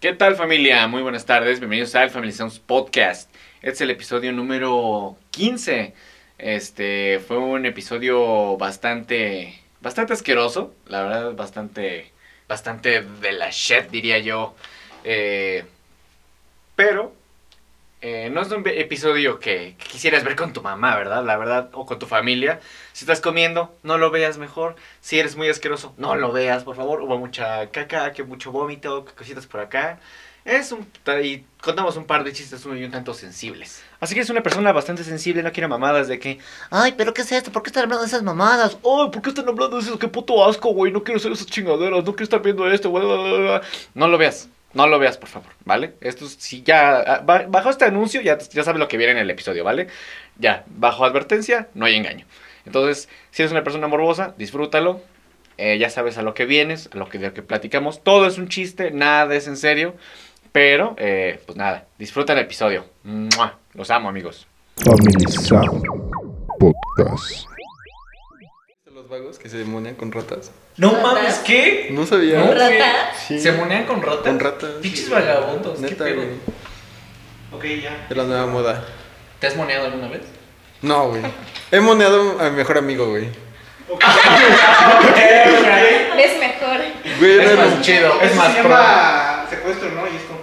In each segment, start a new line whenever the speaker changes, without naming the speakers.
¿Qué tal familia? Muy buenas tardes, bienvenidos al Family Sounds Podcast. Este es el episodio número 15. Este fue un episodio bastante bastante asqueroso, la verdad bastante bastante de la shit diría yo. Eh, pero eh, no es un episodio que, que quisieras ver con tu mamá, ¿verdad? La verdad, o con tu familia. Si estás comiendo, no lo veas mejor. Si eres muy asqueroso, no lo veas, por favor. Hubo mucha caca, que mucho vómito, que cositas por acá. Es un... Y contamos un par de chistes uno y un tanto sensibles.
Así que es una persona bastante sensible, no quiere mamadas de que, ay, pero ¿qué es esto? ¿Por qué están hablando de esas mamadas? Ay, ¿por qué están hablando de eso? Qué puto asco, güey. No quiero ser esas chingaderas, no quiero estar viendo esto, güey. bla, bla, bla".
No lo veas. No lo veas, por favor, ¿vale? Esto es- si ya ah, ba- bajo este anuncio, ya, ya sabes lo que viene en el episodio, ¿vale? Ya, bajo advertencia, no hay engaño. Entonces, si eres una persona morbosa, disfrútalo. Eh, ya sabes a lo que vienes, a lo que, de lo que platicamos. Todo es un chiste, nada es en serio. Pero, eh, pues nada, disfruta el episodio. ¡Mua! Los amo, amigos.
Family Sound Podcast.
Los vagos que se monean con ratas.
No mames, ¿qué?
No sabía.
¿Con
güey.
ratas?
Sí.
¿Se monean con ratas?
Con ratas.
Pinches vagabundos, qué
Neta,
pedo.
güey.
Ok, ya.
Es la nueva moda.
¿Te has moneado alguna vez?
No, güey. He moneado a mi mejor amigo, güey.
Ves mejor.
Güey, era
Es
el-
más chido, es más
se
pro.
llama secuestro, ¿no? Y es con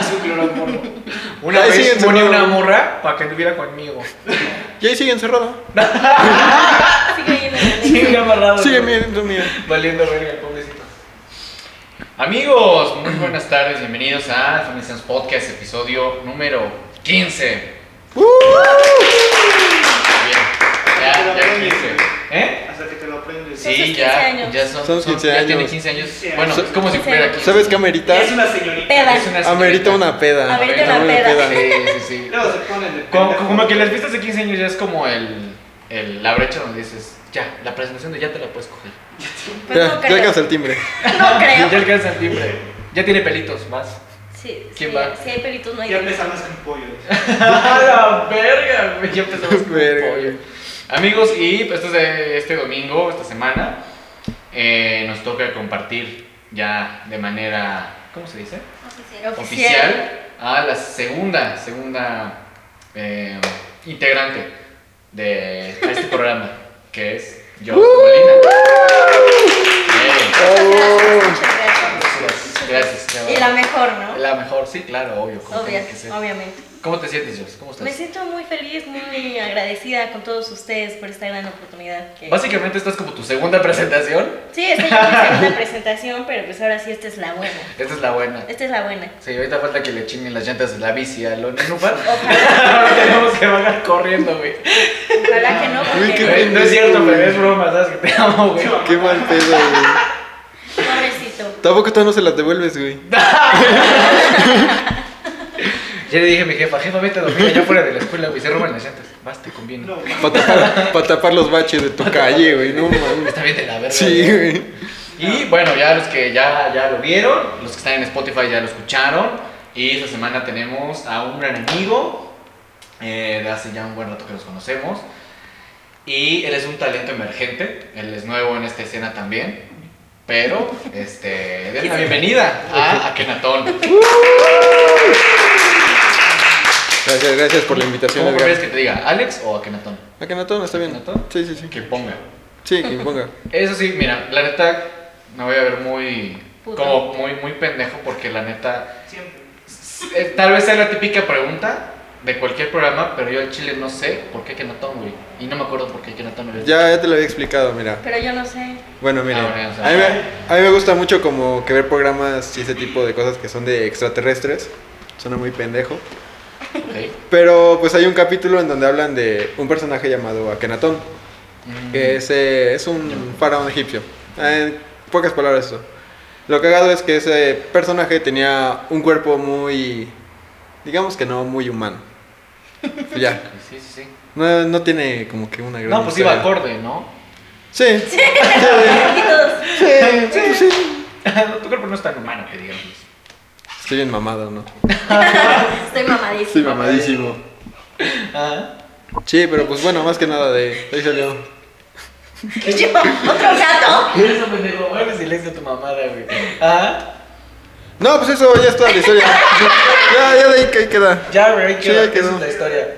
es un cloroformo.
Una
Ahí sigue
vez moné
encerrado.
una morra para que anduviera conmigo.
Y ahí sigue encerrado.
Sigue ahí en el anexo.
Sí,
Ah,
amarrado.
Sigue mía, dentro mía.
Valiendo verga, pobrecito.
Amigos, muy buenas tardes, bienvenidos a Family Sense Podcast, episodio número 15. Bien, ya, ya 15. ¿Eh?
Hasta que te lo aprendes.
Son sus
Sí,
15
ya,
años.
ya son,
Son sus
son-
15
ya
años.
tiene 15 años. Bueno,
So-
es como si fuera aquí.
¿Sabes qué amerita?
Es una señorita.
Peda.
Amerita una peda.
Amerita una
Amerita
peda.
Sí, sí, sí.
Luego se ponen de
Como,
pendejo.
como que las fiestas de 15 años ya es como el, el- la brecha donde dices, ya, la presentación de ya te la puedes coger.
Pues
Ya,
no creo.
tráiganse el timbre.
No
Ya
creo.
alcanza el timbre. Ya tiene pelitos, más.
Sí,
¿Quién
sí,
va?
Si hay pelitos, no hay
Ya
dedos.
empezamos con pollo.
¡A la verga! güey! Ya empezamos con
Verga,
pollo.
güey.
Amigos, y pues, este, este domingo, esta semana, eh, nos toca compartir ya de manera, ¿cómo se dice?
Oficial.
Oficial a la segunda, segunda eh, integrante de este programa, que es yo,
¡Uh!
Molina. Bien,
Muchas gracias, muchas gracias.
Gracias, gracias. qué
¡Uh! Y la mejor, ¿no?
Oh. La mejor, sí, claro, obvio. como tiene
Obvia-
que ser.
obviamente.
¿Cómo te sientes, Jos? ¿Cómo
Me
estás?
siento muy feliz, muy agradecida con todos ustedes por esta gran oportunidad. Que...
Básicamente estás como tu segunda presentación.
Sí, esta ya fue la segunda presentación, pero pues ahora sí, esta es la buena.
Esta es la buena.
Esta es la buena.
Sí, ahorita falta que le chinguen las llantas de la bici a Lon Núñez.
Ojalá,
Ahora tenemos que bajar corriendo, güey.
ojalá que no,
Uy, qué
porque
Güey, No es cierto, pero es broma, ¿sabes? Que te amo, güey.
Qué mal pedo, güey.
pobrecito.
Tampoco tú no se las devuelves, güey.
Ya le dije a mi jefa, jefa, vete a dormir allá fuera de la escuela, güey. Se roban las llantas. Vas, te conviene.
No,
Para tapar, pa' tapar los baches de tu calle, güey. No mames.
Está bien de la verga.
Sí,
güey.
güey.
Y bueno, ya los que ya, ya lo vieron, los que están en Spotify ya lo escucharon. Y esta semana tenemos a un gran amigo, eh, de hace ya un buen rato que nos conocemos. Y él es un talento emergente, él es nuevo en esta escena también. Pero, este, den la bienvenida a Akenatón.
Gracias, gracias por la invitación,
¿Cómo prefieres
Edgar.
que te diga, Alex o Akenatón?
¿A que Natón? ¿Está bien?
¿Natón?
Sí, sí, sí.
Que ponga.
Sí, que ponga.
Eso sí, mira, la neta, me voy a ver muy,
Puto.
como muy, muy pendejo porque la neta,
siempre.
Eh, Tal vez sea la típica pregunta de cualquier programa, pero yo al chile no sé por qué Kenatón, güey. Y no me acuerdo por qué Kenatón era.
Ya, ya te lo había explicado, mira.
Pero yo no sé.
Bueno, mira,
Ah, bueno, o sea,
a, mí me, a mí me gusta mucho como que ver programas y ese tipo de cosas que son de extraterrestres. Suena muy pendejo.
Ok.
Pero pues hay un capítulo en donde hablan de un personaje llamado Akenatón,
Mm.
que es, eh, es un faraón egipcio. En pocas palabras eso. Lo cagado es que ese personaje tenía un cuerpo muy, digamos que no muy humano. ya,
Sí, sí, sí.
no, no tiene como que una gran...
No, pues iba
historia.
acorde, ¿no?
Sí,
Y todos,
sí, sí, sí.
tu cuerpo no es tan humano, que digamos.
Estoy bien mamado, ¿no?
estoy mamadísima.
Estoy mamadísimo.
Ah.
Sí, pero pues bueno, más que nada de ahí salió.
Y yo, ¿Otro gato?
Eso, pendejo. Mueve silencio tu mamada, güey. Ah.
No, pues eso ya es toda la historia. ya, ya de ahí que ahí queda.
Ya, güey, ahí
Sí,
queda,
ahí quedó.
esa es la historia.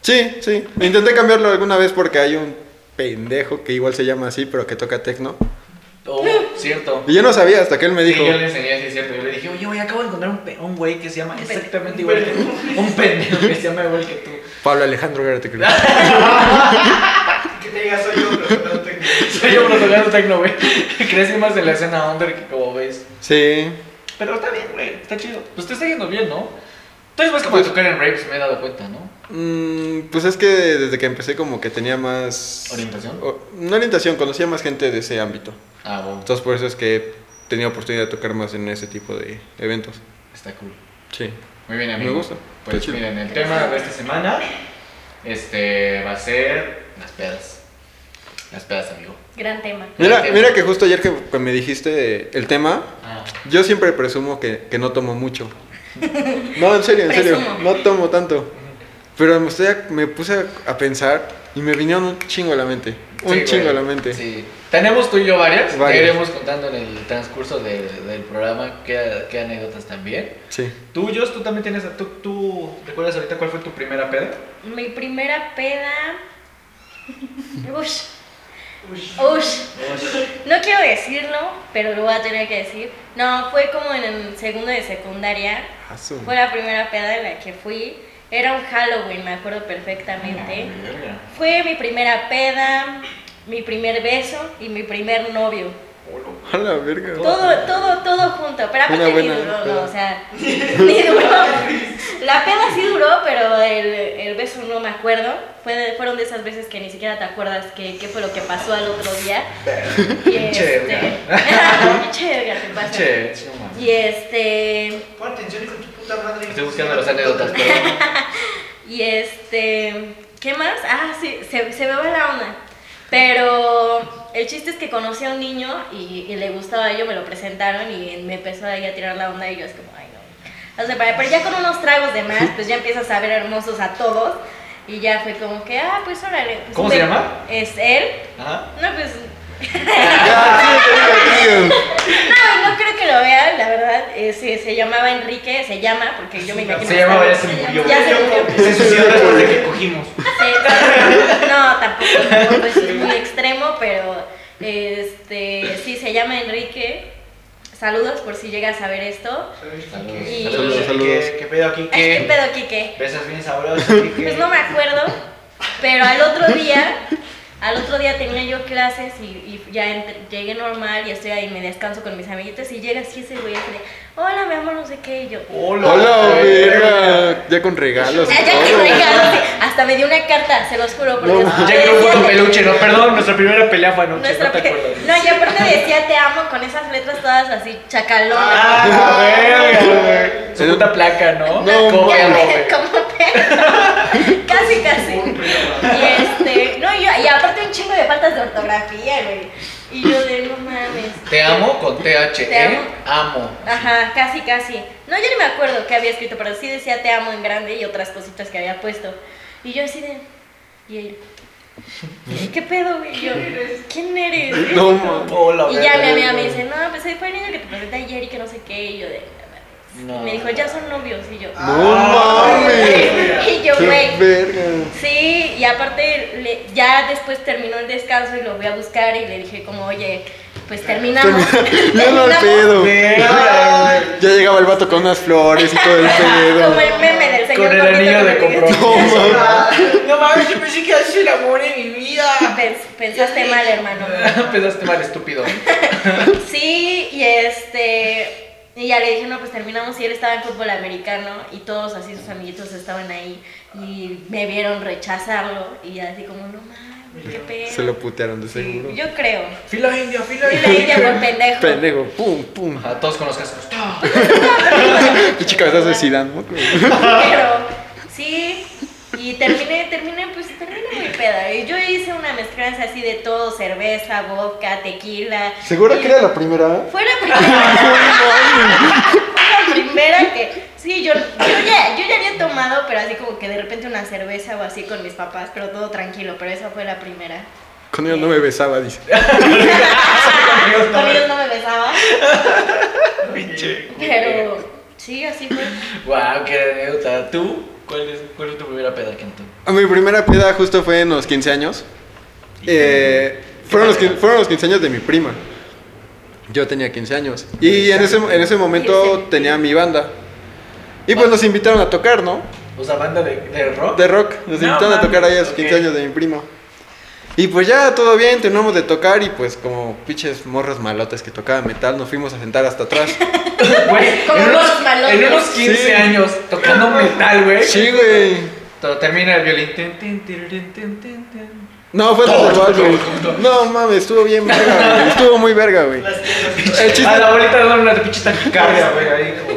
Sí, sí. Intenté cambiarlo alguna vez porque hay un pendejo que igual se llama así, pero que toca tecno.
Oh, cierto.
Y yo no sabía hasta que él me dijo.
Sí, yo le enseñé, sí, es cierto. Yo le dije, oye, güey, acabo de encontrar un, pe- un güey que se llama exactamente igual que tú. Un pendejo que se llama igual que tú.
Pablo Alejandro Garate creo.
Que te digas, soy yo, pero no tecno. Soy yo, pero no tecno, güey. Crecí más en la escena under que como ves.
Sí.
Pero está bien, güey, está chido. Pues te está yendo bien, ¿no? Entonces vas como
Pues-
a tocar en raves, me he dado cuenta, ¿no?
Mm, pues es que desde que empecé como que tenía más...
¿Orientación?
o- no orientación, conocía más gente de ese ámbito.
Ah, bueno,
Entonces por eso es que tenía oportunidad de tocar más en ese tipo de eventos.
está cool.
Sí.
Muy bien, amigo.
gusta.
Pues
Está chido.
miren, el tema de esta semana este, va a ser las pedas. Las pedas, amigo.
Gran tema.
Mira,
tema.
mira que justo ayer que que me dijiste el tema,
Ah,
yo siempre presumo que, que no tomo mucho. No, en serio, en serio,
Presumo.
no tomo tanto. Pero me, estoy a- me puse a, a pensar y me vinieron un chingo a la mente. Un
Sí,
chingo
güey.
a la mente.
sí. Tenemos tú y yo varias. que
Varias.
iremos contando en el transcurso de- del programa qué, qué anécdotas también.
sí.
Tú, Jos, tú también tienes. ¿Tú, tú recuerdas ahorita cuál fue tu primera peda?
Mi primera peda. Ush. Ush. No quiero decirlo, pero lo voy a tener que decir. No, fue como en el segundo de secundaria.
Asu.
Fue la primera peda en la que fui. Era un Halloween, me acuerdo perfectamente. Fue mi primera peda, mi primer beso y mi primer novio.
A la verga.
Todo, todo, todo junto. Pero aparte
Una buena
ni duró,
peda.
no, o sea, ni duró. La peda sí duró, pero el, el beso no me acuerdo. Fue de- fueron de esas veces que ni siquiera te acuerdas qué qué fue lo que pasó al otro día. Y
Pinche
este-
Edgar.
Pinche Edgar, te pasa.
Che, no mames.
Y este.
Pon atención con tu puta madre.
Estoy buscando las anécdotas, pero.
Y este, ¿qué más? Ah, sí, se, se me va la onda. Pero el chiste es que conocí a un niño y, y le gustaba a ello, me lo presentaron y me empezó ahí a tirar la onda y yo es como, ay no. O sea, para- pero ya con unos tragos de más, pues ya empiezas a ver hermosos a todos y ya fue como que, ah, pues órale. pues,
¿Cómo se
ve-
llama?
Es él.
Ajá.
No, pues,
Ya, sí, te digo, te digo.
no, no creo que lo vean, la verdad. eh, sí, se llamaba Enrique, se llama, porque yo me imagino.
Se
que
llamaba, ya
está-
se murió.
Ya se murió.
Se suicidó después de que cogimos.
Sí, sí. No, tampoco, tampoco eso es muy extremo, pero este sí se llama Enrique. Saludos por si llegas a ver esto. Y-
Saludos.
Saludos.
¿Qué, qué pedo aquí?
¿Qué
¿Qué?
pedo, Quique?
Besas bien sabrosos. Quique.
Pues no me acuerdo, pero al otro día, al otro día tenía yo clases y, y ya entré- llegué normal y estoy ahí, me descanso con mis amiguitos y llega así ese güey así de, hola, mi amor, no sé qué, y yo,
Hola,
Hola,
verga.
verga. Ya con regalos. y
"Ah, ya que
todo.
regalo", sí. hasta me dio una carta, se los juro, porque
No,
Ah, Ya que hubo tu peluche, no, perdón, nuestra primera pelea fue anoche,
Nuestra
no te
pe-
acuerdas.
No, y aparte decía te amo con esas letras todas así chacalonas.
Ah, verga, güey. Su puta placa, ¿no?
No,
¿Cómo
Ya
ya
me-
no, güey?
como perro. casi, casi. Y este, no, y, yo- y aparte un chingo de faltas de ortografía, güey. Y yo de no mames.
Te amo con E
Te
T-H-E,
amo.
amo.
Ajá, casi, casi. No, yo ni me acuerdo qué había escrito, pero sí decía te amo en grande y otras cositas que había puesto. Y yo así de. Y él. ¿Qué pedo, güey? Y Yo, ¿quién eres?
No, mames.
Hola,
Y ya mi
verga.
amiga me dice, no, pues ahí fue el niño que te presenté ayer y que no sé qué, y yo de...
No.
Y me
Ah.
dijo, ya son novios, y yo...
No mames.
y yo,
Ah, Qué
güey...
verga.
Sí, y aparte, le- ya después terminó el descanso y lo voy a buscar y le dije como, oye, pues terminamos.
Ya no al
Terminamos.
pedo.
Verga,
Ya llegaba el vato con unas flores y todo el
Como
pedo.
el meme del señor
Con el
gordito
anillo
que
de
me dice,
compromiso.
No mames.
No mames, yo pensé que así el amor de mi vida.
Ah, "Pens- Pensaste mal, hermano.
"Ah".
Empezaste mal, estúpido.
Sí, y este. Y ya le dije, no, pues terminamos. Y él estaba en fútbol americano y todos así sus amiguitos estaban ahí y me vieron rechazarlo. Y ya así como, no mames, qué pena.
Se lo putearon de seguro.
yo creo.
Filo indio, filo
Y le
indio.
dije por pendejo.
Pendejo, pum, pum.
A todos con los cascos.
Pinche cabezazo de Zidane, ¿no?
Pero, sí. Y terminé, terminé, pues terminé muy peda. Y yo hice una mezclanza así de todo: cerveza, vodka, tequila.
¿Seguro
Y
que era la primera?
Fue la primera. Fue la primera que. Sí, yo, yo, ya, yo ya había tomado, pero así como que de repente una cerveza o así con mis papás, pero todo tranquilo. Pero esa fue la primera.
Con ellos no me besaba, dice.
Con ellos no me besaba,
Pinche.
Eh,
pero sí, así fue.
Guau, qué anécdota. ¿Tú? ¿Cuál es, cuál es tu primera peda, Kento?
Mi primera peda justo fue en los 15 años. Eh, fueron, los, quin- fueron los 15 años de mi prima. Yo tenía 15 años. Y en ese, en ese momento tenía mi banda. Y pues nos invitaron a tocar, ¿no?
O sea, banda de, de rock.
De rock. Nos
No
invitaron a tocar ahí a
mames,
los
ok.
15 años de mi prima. Y pues ya todo bien, terminamos de tocar y pues como pinches morras malotas que tocaban metal, nos fuimos a sentar hasta atrás.
Güey,
Como
en,
unos
unos,
malotes.
en unos 15
Sí.
años tocando metal, güey.
sí, güey.
Todo termina el violín. Tin, tin, tirirín, tin, tin, tin.
No, fue todo igual, güey. No mames, estuvo bien verga, güey. Estuvo muy verga, güey. El chiste-
A la abuelita le dan una pinche taquicardia, güey. Ahí como.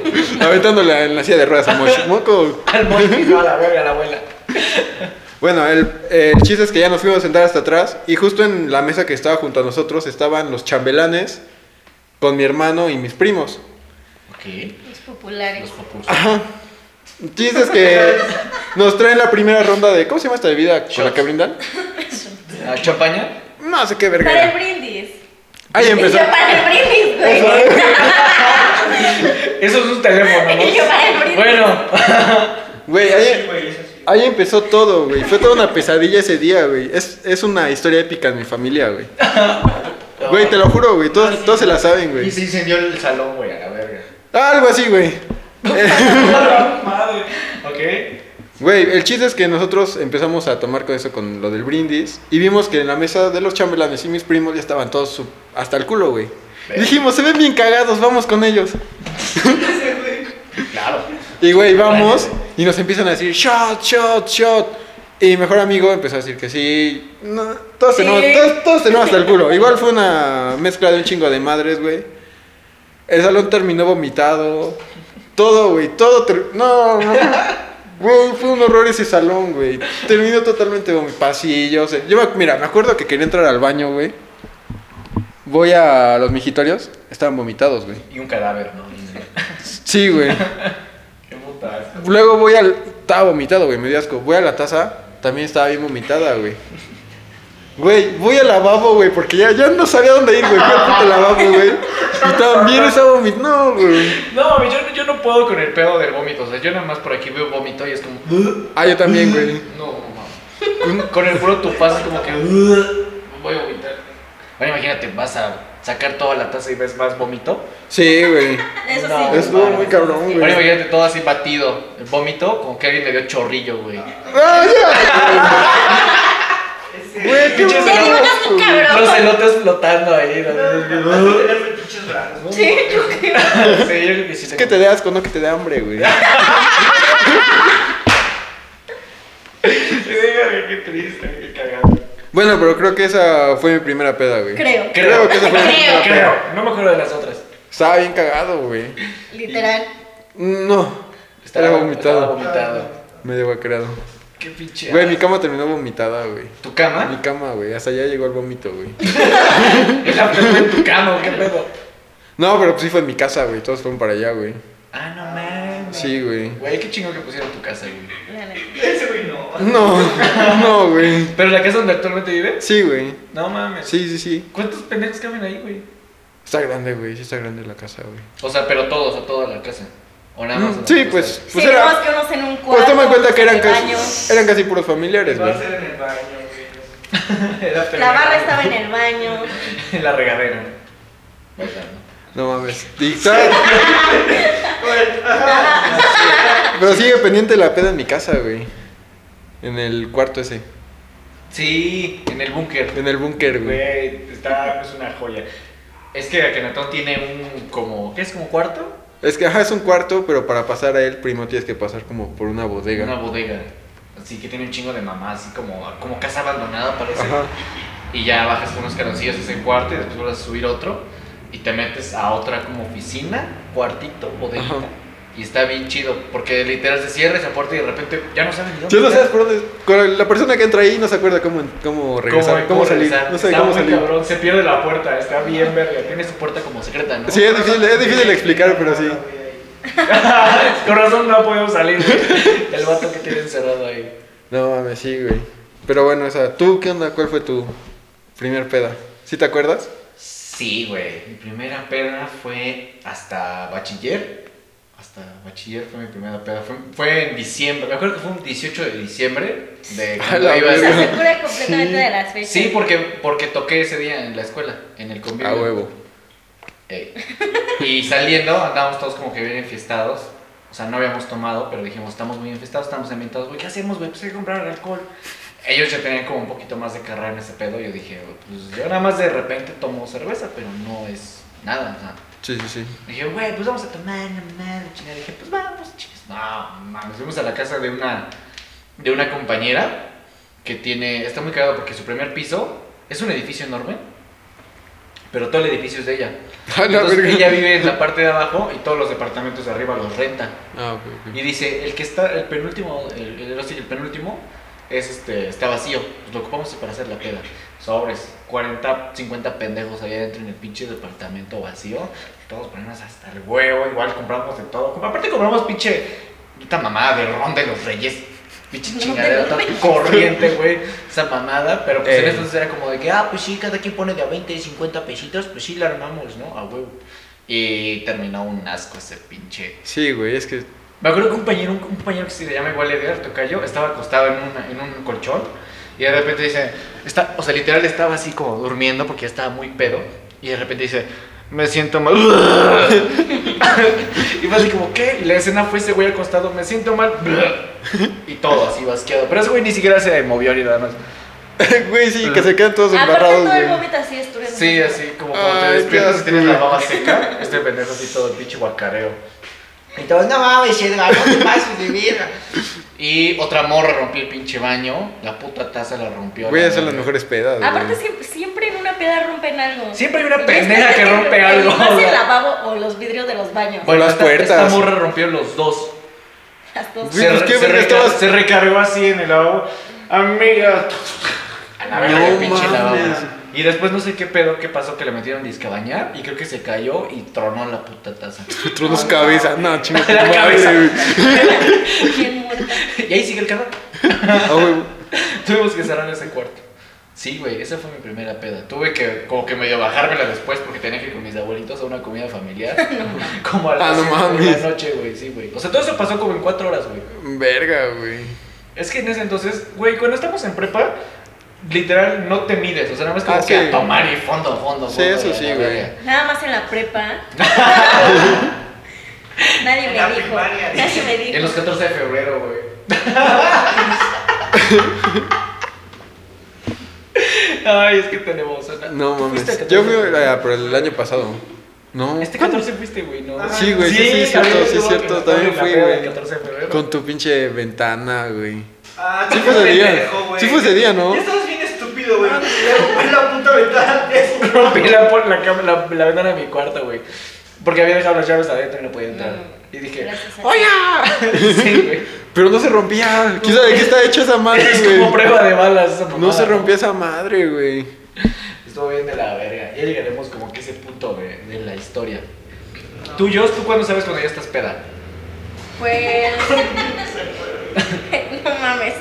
Aventándola en la silla de ruedas a Mosh. Moco.
Al monstruo, a la verga, a la abuela.
Bueno, el, eh, el chiste es que ya nos fuimos a sentar hasta atrás y justo en la mesa que estaba junto a nosotros estaban los chambelanes con mi hermano y mis primos.
Ok.
Los
Los
populares.
papus.
El chiste es que nos traen la primera ronda de... ¿Cómo se llama esta bebida con la
Shots.
que brindan?
¿A champaña?
No sé qué
Para el
verga.
brindis.
Ahí
Y
empezó.
yo para el brindis, güey.
Eso es un teléfono, ¿no?
Y yo para el brindis.
Bueno,
Güey, ahí, ahí empezó todo, güey. Fue toda una pesadilla ese día, güey. Es, es una historia épica en mi familia, güey. Güey, te lo juro, güey. Todos, todos se la saben,
y
güey.
se incendió el salón, güey, a la verga.
Algo así, güey.
Madre. Ok.
Güey, el chiste es que nosotros empezamos a tomar con eso, con lo del brindis, y vimos que en la mesa de los chambelanes y mis primos ya estaban todos su- hasta el culo, güey. Y Dijimos, se ven bien cagados, vamos con ellos.
Claro.
Y, güey, vamos, y nos empiezan a decir, shot, shot, shot. Y mi mejor amigo empezó a decir que sí. No, todos,
Sí.
Tenemos, todos, todos tenemos hasta el culo. Igual fue una mezcla de un chingo de madres, güey. El salón terminó vomitado. Todo, güey, todo. ter- No, no. Güey, fue un horror ese salón, güey. Terminó totalmente vomitado. Pasillos. eh. Yo, me- mira, me acuerdo que quería entrar al baño, güey. Voy a los mijitorios. Estaban vomitados, güey.
Y un cadáver, ¿no?
Sí, güey.
Qué puta asco.
Luego voy al. Estaba vomitado, güey, me dio asco. Voy a la taza, también estaba bien vomitada, güey. Güey, voy al lavabo, güey, porque ya, ya no sabía dónde ir, güey. Fui al puto lavabo, güey. Y también estaba vomitando, no, güey.
No, yo, yo no puedo con el pedo del vómito. O sea, yo nada más por aquí veo vómito y es como. "Ugh".
Ah, yo también, güey.
No, mamá. Con el puro tufazo es como que. "Ugh, Voy a vomitar. Ahora imagínate, vas a sacar toda la taza y ves más vómito.
Sí, güey.
Eso
No,
sí.
Estuvo muy cabrón,
Ahora
güey.
imagínate todo así batido. El vómito, como que alguien le dio chorrillo, güey.
¡Ah, ya! güey. Güey, qué
Te digo, no es
asco,
un
güey.
Los
cabrón.
elotes flotando ahí. ¿no?
Sí, yo creo.
Sí, yo creo que sí.
Es que te dé asco, no que te dé hambre, güey.
Qué triste, qué cagado.
Bueno, pero creo que esa fue mi primera peda, güey.
Creo.
Creo que esa fue mi primera
Creo.
peda.
Creo, no me acuerdo de las otras.
Estaba bien cagado, güey.
Literal.
No. Estaba
Estaba
vomitado.
Estaba vomitado.
Medio guacreado.
Qué pinche.
Güey, mi cama terminó vomitada, güey.
¿Tu
Mi
cama?
cama, güey. Hasta allá llegó el vómito, güey.
El after en tu cama, ¿o qué pedo.
No, pero pues sí fue en mi casa, güey. Todos fueron para allá, güey.
Ah, no mames.
Sí, güey.
Güey, qué chingo que pusieron tu casa, güey.
La neta.
No, no, güey.
¿Pero la casa donde actualmente vives?
Sí, güey.
No mames.
Sí, sí, sí.
¿Cuántos pendejos caben ahí, güey?
Está grande, güey. Sí está grande la casa, güey.
O sea, pero todos, o toda la casa. O nada más.
Mm,
una
Sí,
casa.
pues,
Sí,
pues
digamos
era...
que unos en un cuarto.
Pues toma en cuenta
otros
que eran
el baño.
casi, eran casi puros familiares, güey.
El after
La
en
barra estaba en el baño.
En la regadera. ¿Verdad, no?
No mames. Y está- Pero sigue pendiente la peda en mi casa, güey. En el cuarto ese.
Sí, en el búnker.
En el búnker, güey.
Güey, está, es una joya. Es que Akenatón tiene un como. ¿Qué es como cuarto?
Es que, ajá, es un cuarto, pero para pasar a él, primo, tienes que pasar como por una bodega.
Una bodega. Así que tiene un chingo de mamá, así como, como casa abandonada parece.
Ajá.
Y ya bajas unos escaloncillos a ese cuarto y después vuelves a subir otro. Y te metes a otra como oficina, cuartito, bodega.
Ajá.
Y está bien chido, porque literal se cierra esa puerta y de repente ya no sabes ni dónde.
Yo no
estás.
sabes por dónde. con la persona que entra ahí no se acuerda cómo, cómo regresar, cómo, salir.
regresar.
No sabe
Está
cómo
muy
salir.
cabrón, se pierde la puerta, está bien verga. Tiene su puerta como secreta, ¿no?
Sí, es difícil, es difícil explicar, pero sí.
Con razón no podemos salir, güey. El vato que tiene encerrado ahí.
No mames, sí, güey. Pero bueno, o sea, ¿tú qué onda? ¿Cuál fue tu Primer peda. ¿Sí te acuerdas?
Sí, güey. Mi primera peda fue hasta bachiller. Hasta bachiller fue mi primera peda. Fue, fue en diciembre. Me acuerdo que fue un 18 de diciembre. De cuando
la
O
iba a-
sea,
verga.
se cura completamente de las fechas.
Sí, porque, porque toqué ese día en la escuela, en el convivio.
A huevo.
Ey. Y saliendo, andábamos todos como que bien enfiestados. O sea, no habíamos tomado, pero dijimos, estamos muy enfiestados, estamos ambientados, güey, ¿qué hacemos, güey? Pues hay que comprar alcohol. Ellos ya tenían como un poquito más de carrera en ese pedo. Yo dije, pues yo nada más de repente tomo cerveza, pero no es nada, o sea,
Sí, sí, sí.
Dije, güey, pues vamos a tomar, no mames, chingada. Dije, pues vamos, chicas. No, mames, fuimos a la casa de una, de una compañera que tiene, está muy cagado porque su primer piso es un edificio enorme, pero todo el edificio es de ella.
A la
Entonces,
Ah, verga.
ella vive en la parte de abajo y todos los departamentos de arriba los renta.
Ah, ok, ok.
Y dice, el que está, el penúltimo, el, el, ahora sí, el penúltimo, es este, está vacío. Pues lo ocupamos para hacer la peda. Sobres, 40, 50 pendejos allá adentro en el pinche departamento vacío. Todos ponemos hasta el huevo, igual compramos de todo. Como- Aparte compramos pinche, puta mamada de ron de los reyes. Pinche chingadera, tan corriente, güey. Esa mamada, pero pues en
Eh.
eso entonces era como de que, ah, pues sí, cada quien pone de a 20, 50 pesitos, pues sí, la armamos, ¿no? A huevo. Y terminó un asco ese pinche
Sí, güey, es que.
me acuerdo que un compañero, un compañero que se llama igual Edgar Tocayo, estaba acostado en, una- en un colchón y de repente dice, está, o sea, literal estaba así como durmiendo porque ya estaba muy pedo y de repente dice, me siento mal. y fue así como, ¿qué? Y la escena fue ese güey acostado, me siento mal. y todo así basqueado. Pero ese güey ni siquiera se movió ni nada más.
güey, sí,
Ah.
que se quedan todos
Aparte
embarrados,
todo el
güey.
vómito así estuvo.
Sí, así como cuando te
Ay, qué
despiertas y
asco,
tienes la
güey.
baba seca, este pendejo así todo el pinche guacareo.
Entonces, no mames, Edgar, no te pases de verga.
Y otra morra rompió el pinche baño, la puta taza la rompió.
Güey,
la
esas son las
verga.
mejores pedas, güey.
Aparte siempre, siempre en una peda rompen algo.
Siempre hay una
Y
pendeja
es
que rompe algo.
Y Más el lavabo o los vidrios de los baños.
Bueno, las
esta-
puertas.
Esta morra rompió los dos.
Las dos.
Güey, pues,
re-
¿qué verga
reca-
estabas?
se recargó así en el lavabo. Amiga. A la verga,
No
pinche
mames.
lavabo. Y después no sé qué pedo, qué pasó, que le metieron disque a bañar y creo que se cayó y tronó la puta taza.
Trunos cabeza. No, chinga. tu
La
madre,
cabeza.
güey.
Bien muerta.
y ahí sigue el carro.
Ah, güey.
Tuvimos que cerrar ese cuarto. Sí, güey, esa fue mi primera peda. Tuve que como que medio bajármela después porque tenía que ir con mis abuelitos a una comida familiar. como a
Ah,
las
no
siete de
mames.
la noche, güey, sí, güey. O sea, todo eso pasó como en cuatro horas, güey.
Verga, güey.
Es que en ese entonces, güey, cuando estamos en prepa, literal no te mides. O sea, nada más como
Ah,
que
sí.
a tomar y fondo, fondo, fondo.
Sí, eso
y a
sí,
la
güey.
verga.
Nada más en la prepa. Nadie
En la
me dijo.
primaria.
Nadie me
En
dijo.
los 14 de febrero, güey. Ay, es que tenemos una.
No
¿Tú fuiste
mames.
el
Yo fui
14?
ah, por el año pasado. No.
Este 14 fuiste, güey, ¿no?
Sí, güey, sí, sí,
también
cierto, sí,
estuvo en
cierto,
la
también
peda
fui,
del
güey.
14 de febrero.
Con tu pinche ventana, güey.
Ah,
Sí
tú
fue ese día.
pendejo, güey.
Sí fue ese día, ¿no?
Ya estabas bien estúpido, güey. Le rompí la puta ventana.
Rompí la, por- la, cama- la, la ventana de mi cuarto, güey. Porque había dejado las llaves adentro y no podía entrar.
Mm.
Y dije,
Gracias a-
¡Oye!
sí, güey.
Pero no se rompía. ¿Quién sabe de qué está hecha esa madre,
Es como
güey?
prueba de balas esa
No
mamada,
se rompía esa madre, güey.
Estuvo bien de la verga. Ya llegaremos como que a ese punto de, de la historia. Tú, Jos, ¿tú cuándo sabes cuando ya estás peda?
Pues. no mames.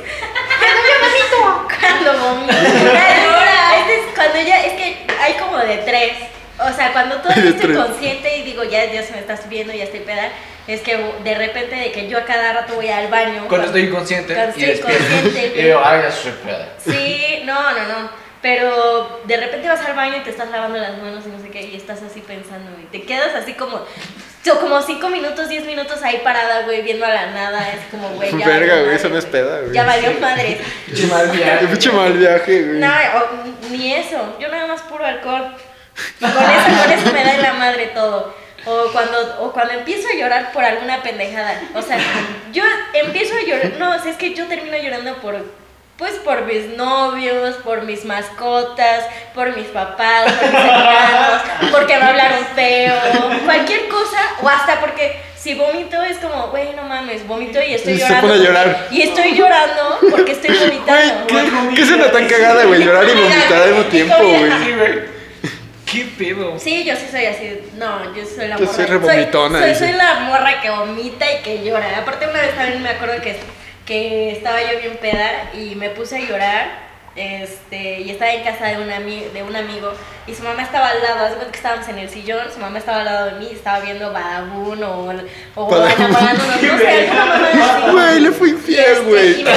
Cuando vomito. Ahora, este es cuando ya. Es que hay como de tres. O sea, cuando
Hay de
todavía estoy
tres.
consciente y digo, ya, ya se me está subiendo, ya estoy peda. Es que de repente de que yo a cada rato voy al baño.
Cuando estoy inconsciente
Cuando
y
estoy
despierto.
inconsciente,
Y
güey.
digo, ay, ya soy peda.
Sí, no, no, no. Pero de repente vas al baño y te estás lavando las manos y no sé qué, y estás así pensando, y te quedas así como, so- como 5 minutos, 10 minutos ahí parada, güey, viendo a la nada. Es como, güey, ya.
Verga,
valió
güey, eso
madres,
no es peda, güey.
Ya valió madre.
Pinche mal
Qué
viaje.
pinche mal viaje, güey.
No, o- ni eso. Yo nada más puro alcohol. Con eso, con eso me da en la madre todo. O cuando, o cuando empiezo a llorar por alguna pendejada. O sea, yo empiezo a llorar. No, o sea, es que yo termino llorando por. Pues por mis novios, por mis mascotas, por mis papás, por mis hermanos, porque me hablaron feo, cualquier cosa, o hasta porque si vomito es como, güey, no mames, vomito y estoy
Y se
llorando.
pone a
porque-
llorar.
Y estoy llorando porque estoy vomitando.
¿Qué, qué escena tan cagada, güey? Llorar y vomitar al mismo tiempo, güey.
Sí, güey. ¿Qué pedo?
Sí, yo sí soy así. No, yo soy la
Yo
morra.
soy revomitona,
Soy,
dice.
soy la morra que vomita y que llora. Aparte, una vez también me acuerdo que, que estaba yo bien peda y me puse a llorar. este, y estaba en casa de un, ami- de un amigo y su mamá estaba al lado, hace cuenta que estábamos en el sillón, su mamá estaba al lado de mí y estaba viendo Badabun o, o
Badabun.
Ana Barándolo, no sé, alguna mamada así.
Güey, le fui
Y este,
infiel, güey.
y me-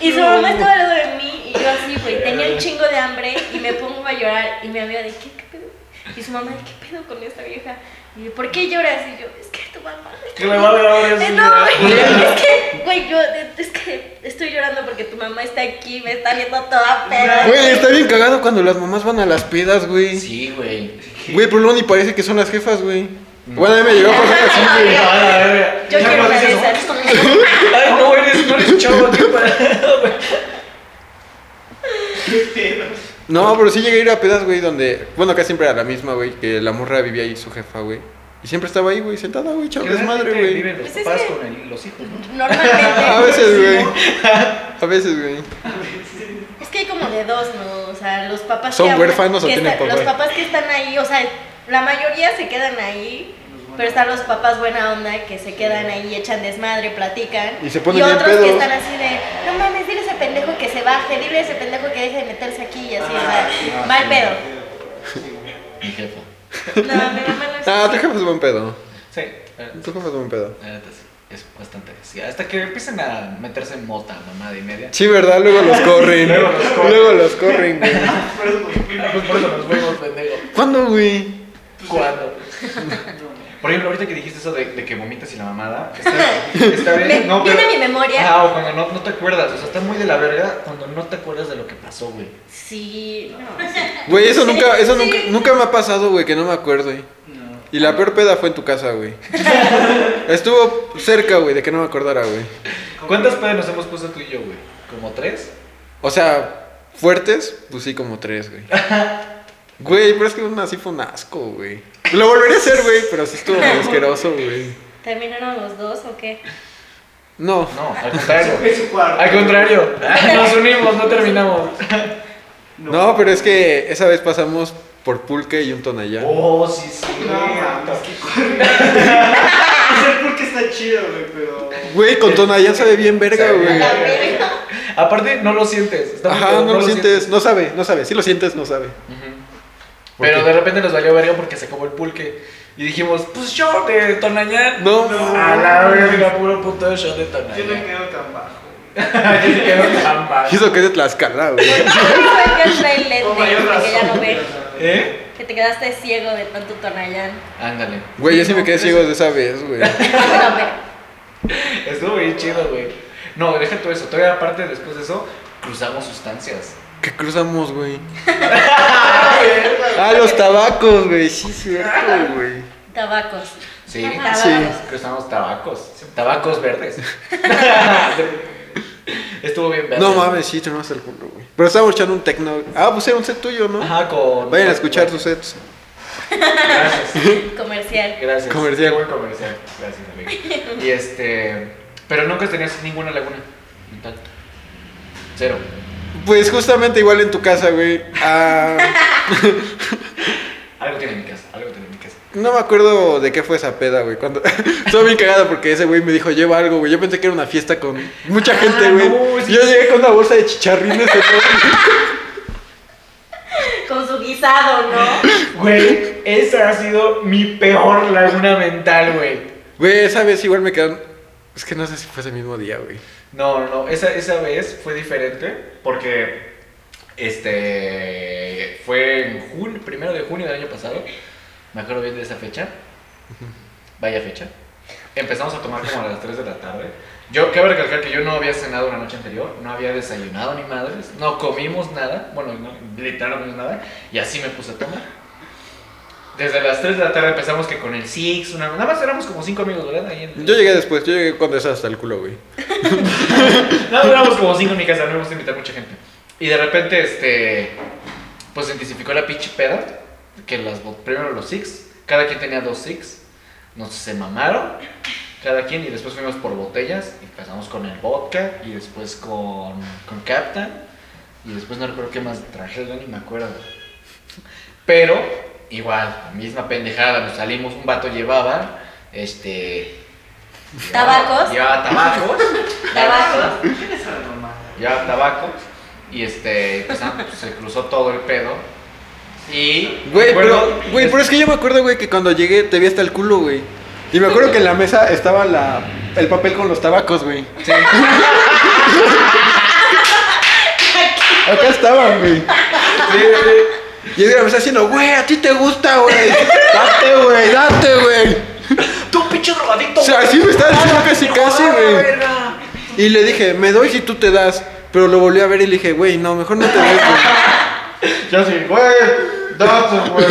Y su mamá estaba al lado de mí y yo así, güey, tenía un chingo de hambre y me pongo a llorar y mi amiga de, ¿qué, qué pedo? Y su mamá de, ¿qué pedo con esta vieja? Y yo, ¿por qué lloras? Y yo, es que tu mamá...
Que me vale ahora
Eh,
eso.
No, güey, es que, güey, yo, eh, es que estoy llorando porque tu mamá está aquí, me está viendo toda peda.
Güey, está bien cagado cuando las mamás van a las pedas, güey.
Sí, güey.
Güey, pero luego ni parece que son las jefas, güey. Bueno, a mí me llegó a pasar así, güey.
No, a la verga.
Yo
Ya
quiero
cuando
una de
dices,
esas.
Ay, no eres, no eres chavo, tío, para...
No, pero sí llegué a ir a pedas, güey, donde. Bueno, acá siempre era la misma, güey, que la morra vivía ahí su jefa, güey. Y siempre estaba ahí, güey, sentada, güey, chavo, desmadre, güey.
Viven los
Pues es
papás
que-
con el- los hijos, ¿no?
A
Normalmente,
veces, güey. A veces, güey.
es que hay como de dos, ¿no? O sea, los papás
¿Son
que
huérfanos o
que
tienen
están-
papá?
Los papás que están ahí, o sea, la mayoría se quedan ahí, pero están los papás buena onda que se quedan ahí, echan desmadre, platican.
Y se ponen bien
otros que
pedos.
están así de, no mames, dile a ese pendejo que se baje, dile a ese pendejo que deje de meterse aquí y así, o sea, mal pedo.
Mi jefa.
No, mi mamá no es
Ah, tu
así.
jefa es buen pedo.
Sí, la neta-
Tu jefa es buen pedo.
Eh, la neta sí, es bastante así. Hasta que empiecen a meterse en mota, mamada y media.
Sí, ¿verdad? Luego los corren.
Luego los corren.
Luego los corren, güey.
Ah, pues por eso nos fuimos, pendejo.
¿Cuándo, güey?
Pues, ¿Cuándo? Por ejemplo, ahorita que dijiste eso de, de que vomitas y la mamada, está, está bien.
Me-
no, pero-
viene mi memoria.
Ah, o cuando no, no te acuerdas, o sea, está muy de la verga cuando no te acuerdas de lo que pasó, güey.
Sí, no.
Güey, eso nunca, eso
Sí.
nunca, nunca me ha pasado, güey, que no me acuerdo, güey. Y la peor peda fue en tu casa, güey. Estuvo cerca, güey, de que no me acordara, güey.
¿Cuántas pedas nos hemos puesto tú y yo, güey? ¿Como tres?
O sea, fuertes, pues sí, como tres, güey. Güey, pero es que una sí fue un asco, güey. Lo volveré a hacer, güey, pero sí estuvo muy asqueroso, güey.
¿Terminaron los dos o qué?
No.
No, al contrario.
Es su cuarto.
Al contrario, nos unimos, no terminamos.
No, pero es que esa vez pasamos por pulque y un tonallá.
Oh, sí, sí.
No, mames, qué corrido. Es porque está chido, güey, pero.
Güey, con tonallá sabe bien verga,
A
güey.
la verga.
Aparte, no lo sientes. está muy
Ajá,
cabrón,
no lo sientes, no sabe, no sabe. Si lo sientes, no sabe.
Ujú.
¿Por
Pero
qué?
de repente nos valió verga porque se acabó el pulque. Y dijimos, pues yo de Tonañán.
No.
A la verga, puro puto show de Tonañán.
Yo no quedo tan bajo.
Yo me quedo tan mal.
Hizo que es de Tlaxcala, güey.
Fue que entré el lente,
Con mayor
porque ya no
razón.
ve.
¿Eh?
Que te quedaste ciego de tanto tonallán.
Ándale.
Güey, yo sí me quedé ciego de esa vez, güey.
No ve.
Estuvo bien chido, güey. No, deja todo eso. Todavía aparte, después de eso, cruzamos sustancias.
¿Qué cruzamos, güey? Ah, los tabacos, güey. Sí, cierto, güey.
Tabacos.
Sí.
Ajá.
Sí.
Cruzamos tabacos. Tabacos verdes. Estuvo bien verde.
No mames, sí, tenemos el culo, güey. Pero estábamos echando un techno. Ah, pues era un set tuyo, ¿no?
Ajá, con.
Vayan a escuchar sus sets.
Gracias.
Comercial.
Gracias.
Comercial.
Qué buen comercial. Gracias, amigo. Y este. Pero nunca tenías ninguna laguna. Mental. Cero.
Pues justamente igual en tu casa, güey. Ah,
Algo tiene mi casa. Algo tiene mi casa.
no me acuerdo de qué fue esa peda, güey. Cuando... Estuvo bien cagada porque ese güey me dijo, lleva algo, güey. Yo pensé que era una fiesta con mucha gente, güey.
Ah, no, es
Yo llegué con una bolsa de chicharrines. güey.
Con su guisado, ¿no?
Güey, esa ha sido mi peor laguna mental, güey.
Güey, esa vez igual me quedaron... Es que no sé si fue ese mismo día, güey.
No, no, no. Esa, esa vez fue diferente porque. Este. Fue en junio, primero de junio del año pasado. Me acuerdo bien de esa fecha. Vaya fecha. Empezamos a tomar como a las 3 de la tarde. Yo cabe recalcar que yo no había cenado la noche anterior, no había desayunado ni madres, no comimos nada, bueno, no, literal no comimos nada, y así me puse a tomar. Desde las 3 de la tarde empezamos que con el Six, una, nada más éramos como 5 amigos, ¿verdad? Ahí en-
Yo llegué después, yo llegué cuando estaba hasta el culo, güey.
No, duramos como cinco en mi casa, no íbamos a invitar mucha gente. Y de repente, este. Pues se intensificó la pinche peda. Que las, bot- primero los six. Cada quien tenía dos six. Nos se mamaron. Cada quien. Y después fuimos por botellas. Y empezamos con el vodka. Y después con, con Captain. Y después no recuerdo qué más traje, ya ni me acuerdo. Pero, igual, misma pendejada. Nos salimos, un vato llevaba. Este.
Tabacos.
Llevaba tabacos.
Tabacos.
¿Quién es la mamá?
llevaba tabaco y este pues, ah, pues, se cruzó todo el pedo y
Güey,
recuerdo-
pero, güey, pero es que yo me acuerdo, güey, que cuando llegué te vi hasta el culo, güey. Y me acuerdo que en la mesa estaba la, el papel con los tabacos, güey.
Sí.
Acá estaban, güey. Sí, güey. Y yo me está diciendo, güey, a ti te gusta, güey. Date, güey, date, güey.
¡Tú, pinche drogadicto!
O sea, así me estaba diciendo casi, casi,
Ah,
güey.
verga.
Y le dije, me doy si tú te das. Pero lo volví a ver y le dije, güey, no, mejor no te des, güey.
Yo sí, güey, datos, güey.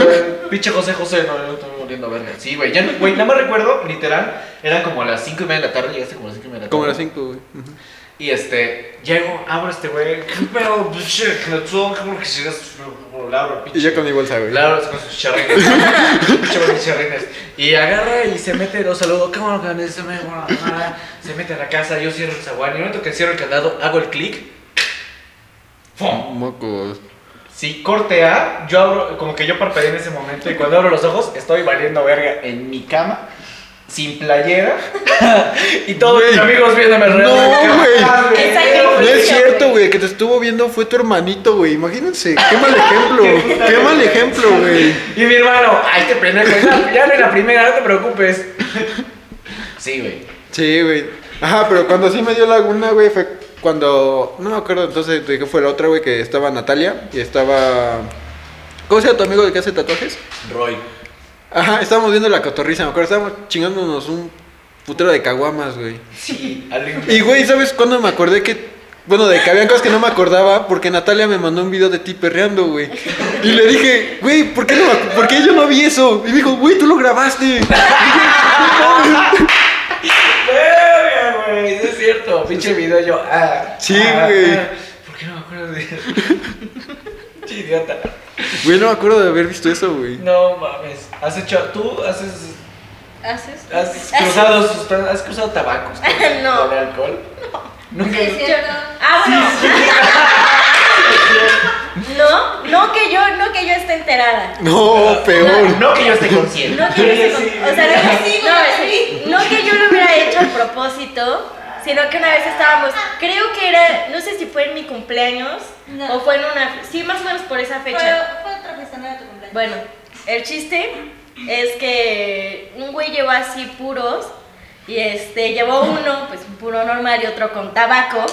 Pinche José José, no, yo estoy muriendo verga. Sí, güey, ya no, güey, nada más recuerdo, literal, eran como las 5 y media de la tarde, llegaste como a las 5 y media de la tarde.
Como a las cinco, güey. Ujú.
Y este, llego, abro este güey, pero pinche Knetsón, como que si eres, le abro, pinche.
Y yo con mi bolsa, güey.
Claro, con sus charrenes. Pinche con sus charrenes. Y agarra y se mete, lo saludo. ¿Qué bueno que andes? se me bueno, ah, Se mete a la casa, yo cierro el zaguán. Y en el momento que cierro el candado, hago el clic. ¡Fum!
Mocos.
Si corte A, yo abro, como que yo parpadeé en ese momento. Y cuando abro los ojos, estoy valiendo verga en mi cama. Sin playera. y todos mis
Güey.
amigos viéndome alrededor.
No,
¿Qué
güey.
más,
El sacrificio.
No es cierto, güey. El que te estuvo viendo fue tu hermanito, güey. Imagínense. Qué mal ejemplo. Qué mal ejemplo, güey.
Y mi hermano, ay, este primer ya no es la primera, no te preocupes. Sí, güey.
Sí, güey. Ajá, pero cuando sí me dio laguna, güey, fue cuando. No me acuerdo entonces de qué fue la otra, güey, que estaba Natalia y estaba. ¿Cómo se llama tu amigo el que hace tatuajes?
Roy.
Ajá, estábamos viendo la cotorriza, me acuerdo. Estábamos chingándonos un putero de caguamas, güey.
Sí, alguien.
Y, güey, ¿sabes cuándo me acordé que.? Bueno, de que habían cosas que no me acordaba porque Natalia me mandó un video de ti perreando, güey. Y le dije, güey, ¿por qué, no, me ac- ¿por qué yo no vi eso? Y me dijo, güey, tú lo grabaste. Y dije, "No mames".
Verga, güey, sí es cierto. Pinche video yo. Ah,
Sí,
ah,
güey.
ah. ¿Por qué no me acuerdo de eso? Pinche idiota.
Güey, no me acuerdo de haber visto eso, güey.
No mames. Has hecho. Tú haces.
¿Haces? Ah,
Has cruzado. sustan- Has cruzado tabacos. con-
No.
Con alcohol. Nunca.
Sí, sí, yo no. Ah, bueno. No, no que yo, no que yo esté enterada.
No, peor.
No que yo esté consciente.
No que yo esté
Sí,
con-
sí.
o sea, no,
Sí,
no,
güey,
es-
sí.
no que yo lo hubiera hecho a propósito, sino que una vez estábamos, creo que era, no sé si fue en mi cumpleaños
No.
o fue en una, sí, más o menos por esa
Fue,
fecha.
fue otra fiesta, no era tu cumpleaños.
Bueno, el chiste es que un güey llevó así puros y este llevó uno, pues un puro normal y otro con tabaco.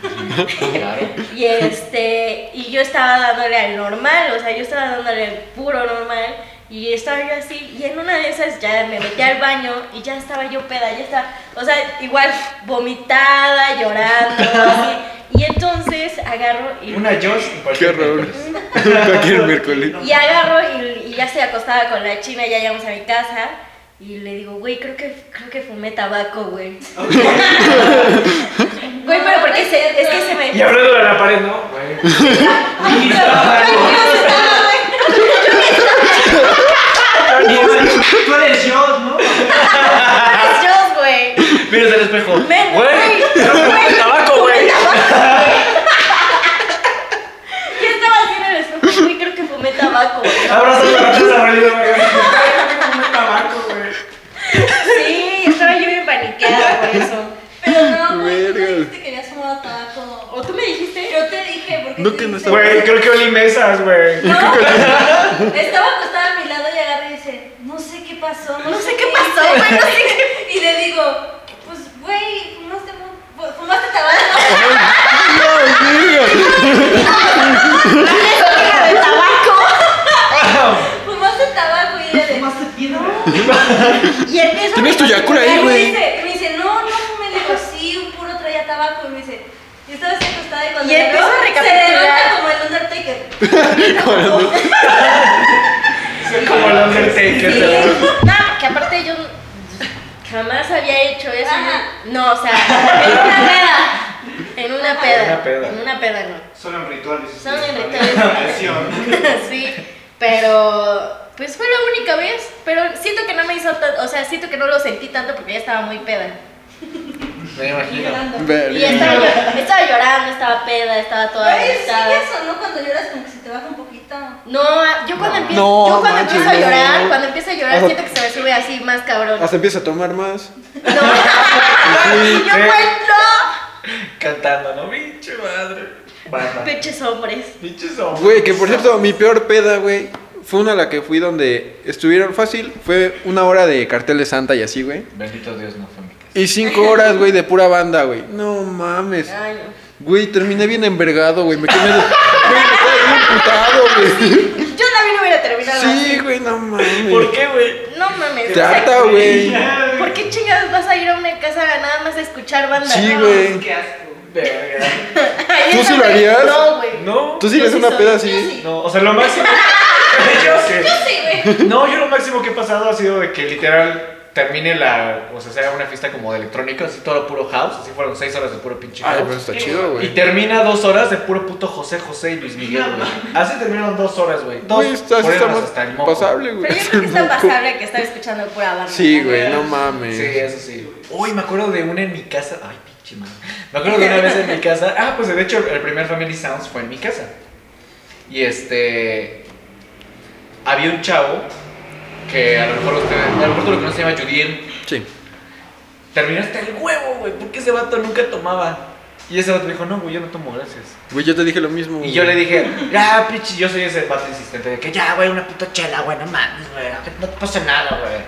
Claro.
Y este, y yo estaba dándole al normal, o sea, yo estaba dándole al puro normal. Y estaba yo así, y en una de esas ya me metí al baño y ya estaba yo peda, ya estaba, o sea, igual vomitada, llorando, así. Y entonces agarro y
Una Josh y
Qué
cualquier
horror.
miércoles.
Cualquier miércoles.
Y agarro y, y ya se acostaba con la china, ya llegamos a mi casa. Y le digo, güey, creo que, creo que fumé tabaco, güey. Güey, pero porque se, es que se me...
Y hablando de la pared, ¿no? Güey. Tú eres Dios, ¿no?
Es yo, güey.
Miras el espejo.
Men,
Güey.
güey,
Güey, tabaco, güey.
Yo estaba haciendo el espejo, güey, creo que fumé tabaco, güey.
Abrazo a la casa, güey. Como tabaco, güey.
Sí, estaba yo bien paniqueada por eso.
Pero no, güey, tú me
Vergas.
dijiste que habías fumado tabaco.
¿O tú me dijiste?
Yo te dije, porque.
No,
te
que no
dije-
estaba-
Güey, creo que olí mesas, güey.
No, estaba acostada a mi lado y agarré y dice, no sé qué pasó.
No sé qué pasó, güey, no sé
qué. Y le digo, pues, güey, fumaste, mu- fumaste tabaco.
de tabaco?
Fumaste tabaco y ella de.
¿Fumaste piedra?
Y empiezo
Tienes
a-
tu Yakura ahí,
Y me
güey.
dice, me dice, no, no fumé. Le digo, sí, un puro traía tabaco. Y me dice, yo estaba así acostada y cuando
Y
la
empiezo
veo,
a
se
recapitular.
levanta como el Undertaker.
Soy como el Undertaker.
Sí.
¿verdad?
No, que aparte yo jamás había hecho eso.
Ajá.
No, o sea, en una peda. En una peda.
Una peda.
En una peda no.
Solo en rituales.
Solo en
Oración.
rituales. sí, pero pues fue la única vez. Pero siento que no me hizo tanto, o sea, siento que no lo sentí tanto porque ya estaba muy peda.
Me imagino.
Y estaba, yo- estaba llorando, estaba peda, estaba toda
Güey, sí,
agitada.
eso, ¿no? Cuando lloras como que se te baja un poquito. neta.
No, yo cuando empiezo,
No,
yo cuando
manches,
empiezo a
no.
llorar, cuando empiezo a llorar
Ajá.
siento que se me sube así más cabrón.
Hasta empieza a tomar más.
No. Y yo pues
Cantando, ¿no? Pinche madre.
no.
Banda.
Pinches hombres.
Pinches hombres.
Güey, que por cierto, mi peor peda, güey, fue una a la que fui donde estuvieron fácil. Fue una hora de cartel de Santa y así, güey.
Bendito Dios, no fue mi casa.
Y cinco horas, güey, de pura banda, güey. No mames.
Ay, no.
Güey, terminé bien envergado, güey. Me quedé. Güey, me quedé bien emputado, güey.
Yo también hubiera terminado
Sí,
así.
güey, no mames.
¿Por qué, güey?
No mames.
Te
o sea,
harta, güey.
¿Por qué chingados vas a ir a una casa nada más a escuchar banda?
Sí,
No.
güey.
Qué asco.
Verga.
Ahí
¿Tú
es
sí lo
donde-
harías?
No, güey.
No.
Tú sí
Yo
eres
sí
una
soy,
peda
yo
así.
sí.
No, o sea, lo máximo.
Yo sé.
Sí, güey.
No, yo lo máximo que he pasado ha sido de que literal termine la. O sea, sea una fiesta como de electrónica, así todo puro house. Así fueron seis horas de puro pinche
Ay,
house.
pero está chido,
Y
güey.
termina dos horas de puro puto José José y Luis Miguel, güey. Así terminaron dos horas, güey. Dos
Güey, está,
por
está
irnos
más
hasta el moco.
pasable, güey.
Pero yo creo que está pasable que estar escuchando pura banda.
Sí, güey, no
Sí,
mames.
eso sí. Uy, me acuerdo de una en mi casa. Ay, pinche madre. Me acuerdo de una vez en mi casa. Ah, pues de hecho, el primer Family Sounds fue en mi casa. Y este. Había un chavo que a lo mejor ustedes. A lo mejor tú lo conoces, se llama Judiel.
Sí.
Terminaste el huevo, güey. Porque ese vato nunca tomaba. Y ese vato me dijo, no, güey, yo no tomo, gracias.
Güey, yo te dije lo mismo.
Y
güey.
yo le dije, ya, pinche, yo soy ese vato insistente de que ya, güey, una puta chela, güey, no mames, güey, que no te pasa nada, güey.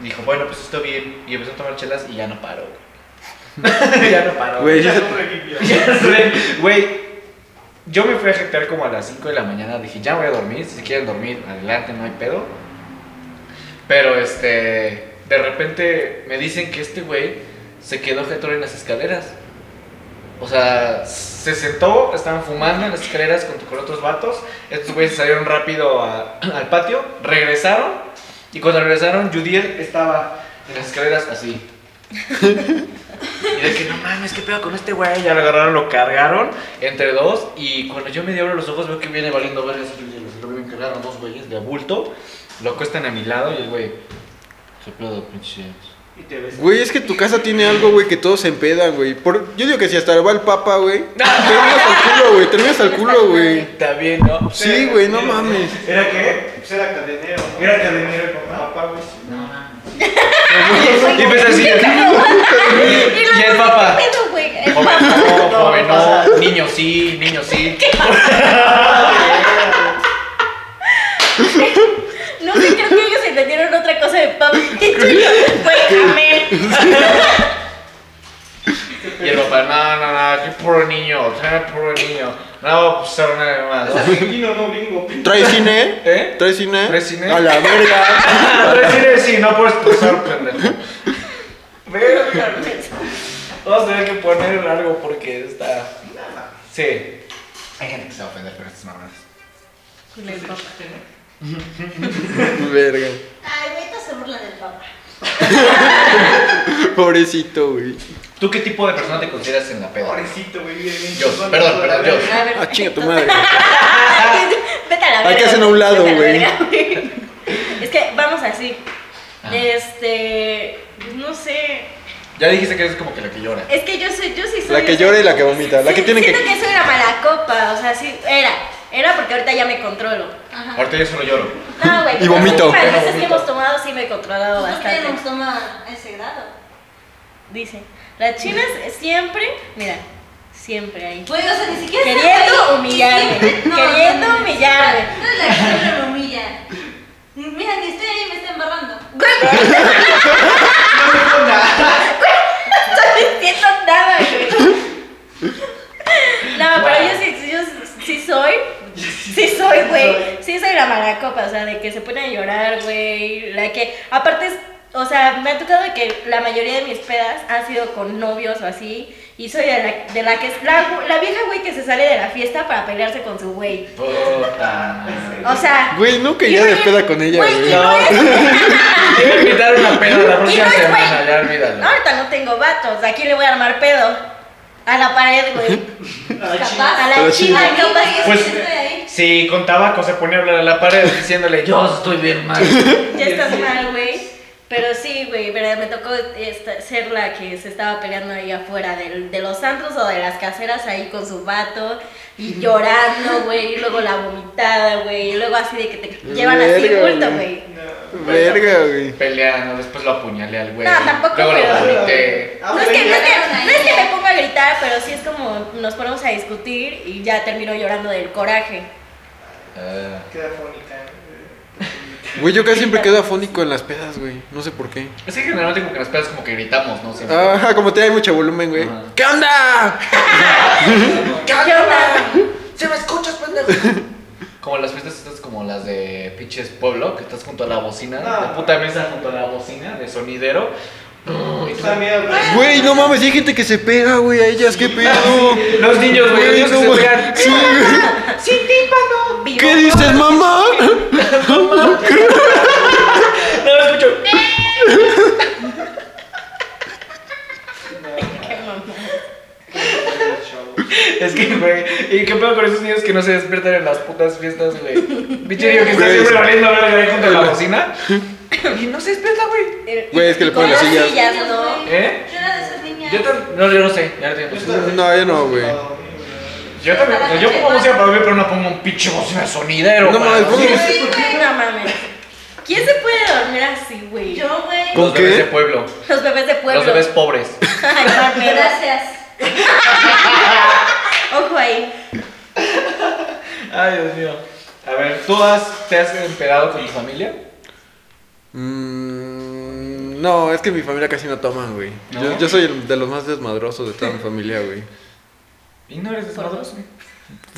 Y Dijo, bueno, pues estoy bien. Y empezó a tomar chelas y ya no paró, güey. ya no paró.
Güey, yo-
Ya no revivió.
Ya sé, Güey, yo me fui a jetear como a las 5 de la mañana. Dije, ya voy a dormir. Si se quieren dormir, adelante, no hay pedo. Pero este, de repente me dicen que este güey se quedó jetón en las escaleras. O sea, se sentó, estaban fumando en las escaleras con, con otros vatos. Estos güeyes salieron rápido a- al patio, regresaron. Y cuando regresaron, Judiel estaba en las escaleras así. Y de que no mames, ¿qué pedo con este güey? Ya lo agarraron, lo cargaron entre dos. Y cuando yo me abro los ojos, veo que viene valiendo vergas. Y yo, "Se lo vienen cargando dos güeyes de bulto. Lo cuestan a mi lado y el güey. ¿Qué pedo, pinche?
Y te ves.
Güey, es que tu casa tiene algo, güey, que todos se empedan, güey. Por... Yo digo que si hasta va el papa, güey. Terminas al culo, güey. Terminas al culo, güey.
Ah, Está bien, ¿no?
Sí, güey, no mames.
¿Era qué? Pues era cadenero. ¿no? Era cadenero con papá, güey.
Y empecé así. Y el papá.
¿Qué pedo, güey? El
Joven,
papá.
no, joven, no. Niño, sí, niño, sí.
No sé, creo que ellos entendieron otra cosa de papá. Güey, amén.
Y el papá, no, no, no, qué puro niño, qué puro niño. No, pues ahora nada más.
Gringo, no gringo.
¿Traes cine?
¿Eh?
¿Traes cine?
¿Traes cine?
A la verga.
Pero sí, le- sí, no puedes pasar, pendejo. Verga. Vamos a tener que poner algo porque está. Sí. Hay gente que se va a ofender, pero estas mamadas.
El papá.
Verga.
Ay, güey, te se burlan del papá.
Pobrecito, güey.
¿Tú qué tipo de persona te consideras en la peda?
Pobrecito, güey. vive bien
Yo,
chingón,
perdón,
todo
perdón,
el
yo.
día.
A ver.
Ah, chinga tu madre.
Vete a la
Hay que
verga,
hacer a un lado,
vete a la
güey.
verga, güey. Es que vamos así.
Ah.
Este, pues, no sé.
Ya dijiste que eres como que la que llora.
Es que yo soy, yo sí soy.
La que llora y la que vomita. La que
Sí,
tiene que.
siento que... soy una mala copa, o sea, sí, era, era porque ahorita ya me controlo.
Ajá.
Ahorita yo solo lloro.
No, güey.
Y vomito.
Las veces que
Vomito.
hemos tomado sí me he controlado
Pues no
bastante.
tenemos toma a ese grado.
Dice, las chinas siempre, mira, siempre ahí.
Güey, o sea, ni siquiera
Queriendo
estaba ahí.
humillarme,
No,
queriendo
no, no, no.
humillarme.
No es la que siempre me humilla. Mira, ni estoy ahí, me está embarrando.
No entiendo nada, güey. No, pero yo sí, yo sí soy. Sí soy, güey. Sí soy la malacopa, o sea, de que se pone a llorar, güey. La que, aparte, es- o sea, me ha tocado que la mayoría de mis pedas han sido con novios o así. Y soy de la, de la que es la, la vieja, güey, que se sale de la fiesta para pelearse con su güey.
Puta madre.
O sea.
Güey, no que ya
y-
de peda con ella,
güey. y
güey.
no
Te voy a invitar a una peda la
Y
próxima
no es
semana,
güey.
ya olvídalo.
Ahorita no tengo vatos, aquí le voy a armar pedo. A la pared, güey.
Capaz.
A
A
la
la
china,
Ay, no,
capaz.
güey,
Pues-
sí estoy ahí.
Si con tabaco se pone a hablar a la pared diciéndole, yo estoy bien mal.
Ya estás mal, güey. Pero sí, güey, pero me tocó esta- ser la que se estaba peleando ahí afuera del- de los antros o de las caseras ahí con su vato y llorando, güey, y luego la vomitada, güey, y luego así de que te llevan así
Verga,
bulto,
güey.
güey.
No.
Verga, güey.
Peleando, después lo apuñalé al güey.
No, tampoco,
Luego lo
pero-
vomité.
Ah,
No es, que, no, es que,
ya.
no es que me ponga a gritar, pero sí es como nos ponemos a discutir y ya termino llorando del coraje.
Ah.
Queda fónica. eh.
Güey, yo casi siempre quedo afónico en las pedas, güey. No sé por qué.
Es que generalmente como que las pedas como que gritamos, ¿no? Siempre.
Ajá, como te hay mucho volumen, güey.
Ajá.
¿Qué onda?
¿Qué onda?
¿Se me escuchas, pendejo?
Como las fiestas estas como las de pinches pueblo, que estás junto a la bocina,
No.
la puta mesa junto a la bocina de sonidero. Y tú-
Está miedo, Pues güey.
Güey, no mames, hay gente que se pega, güey, a ellas, qué pedo.
Los niños, güey, los niños que
no
se
mames.
pegan.
Sí, güey.
¡Sin tímpano! Vivo.
¿Qué dices, mamá?
Qué mamá.
Es que, güey, ¿y qué pedo con esos niños que no se despiertan en las putas fiestas, güey? Pinche niño que está
Güey,
siempre
sí.
valiendo verga ahí junto a la bocina. Y no se despierta, güey.
Güey, es que le ponen las
Con
sillas.
¿no?
¿Eh?
Yo era de esas niñas.
Yo tam- no, yo no sé, ya no entiendo.
No, yo no, güey.
Yo también, o sea, yo pongo música para mí, pero no pongo un pinche bocina de sonidero.
No
para
mames,
los
pongo
niños.
Sí, güey.
No mames. ¿Quién se puede dormir así, güey?
Yo, güey.
¿Con
Los bebés
qué?
de pueblo,
Los bebés de pueblo.
los bebés pobres.
Ay, no, mira.
Gracias.
Ojo ahí.
Ay, Dios mío. A ver, ¿tú has, te has empedado con tu familia?
Mm, no, es que mi familia casi no toman, güey.
¿No?
Yo, yo soy el de los más desmadrosos de toda mi familia, güey.
Y no eres desmadroso.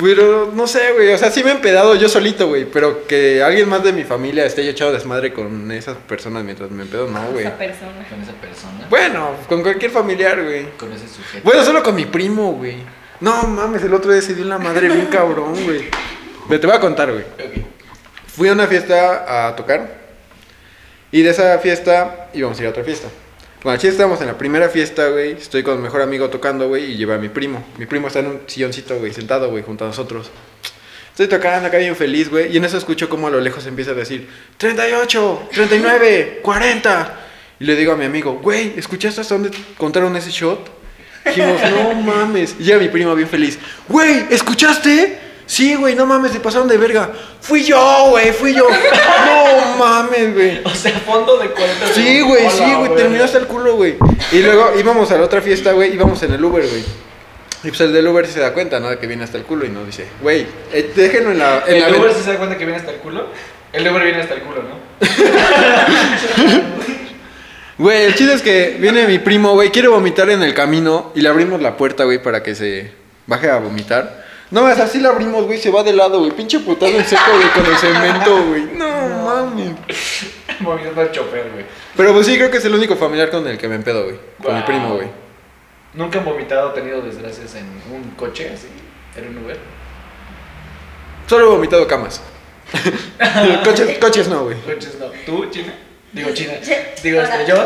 Pero no sé, güey. O sea, sí me he empedado yo solito, güey. Pero que alguien más de mi familia esté yo echado desmadre con esas personas mientras me empedo, no, güey.
Esa persona.
Con esa persona,
Bueno, con cualquier familiar, güey.
con ese sujeto.
Bueno, solo con mi primo, güey. No mames, el otro día se dio una madre bien cabrón, güey. Pero te voy a contar, güey.
Ok.
Fui a una fiesta a tocar. Y de esa fiesta íbamos a ir a otra fiesta. Bueno, aquí estábamos en la primera fiesta, güey. Estoy con mi mejor amigo tocando, güey. Y lleva a mi primo. Mi primo está en un silloncito, güey, sentado, güey, junto a nosotros. Estoy tocando acá bien feliz, güey. Y en eso escucho como a lo lejos empieza a decir: 38, 39, 40. Y le digo a mi amigo: Güey, ¿escuchaste hasta dónde contaron ese shot? Dijimos: No mames. Y ya mi primo bien feliz: Güey, ¿escuchaste? Sí, güey, no mames, se pasaron de verga. Fui yo, güey, fui yo. No mames, güey.
O sea, fondo de 40
Sí, güey, sí, güey, terminó hasta el culo, güey. Y luego íbamos a la otra fiesta, güey, íbamos en el Uber, güey. Y pues el del Uber sí se da cuenta, ¿no? De que viene hasta el culo y nos dice, güey, eh, déjenlo en la... en la
¿El
ven-
Uber sí se da cuenta que viene hasta el culo? El Uber viene hasta el culo, ¿no?
Güey, el chiste es que viene mi primo, güey, quiere vomitar en el camino y le abrimos la puerta, güey, para que se baje a vomitar. No, más así la abrimos, güey, se va de lado, güey. Pinche putado en seco, güey, con el cemento, güey. No, mames.
Moviendo al chofer, güey.
Pero pues sí, creo que es el único familiar con el que me empedo, güey. Con mi
Wow.
primo, güey.
¿Nunca han vomitado o tenido desgracias en un coche así? ¿Era un Uber?
Solo he vomitado camas. coches, coches no, güey.
Coches no. ¿Tú, China? Digo, China.
Sí.
Digo, este, yo.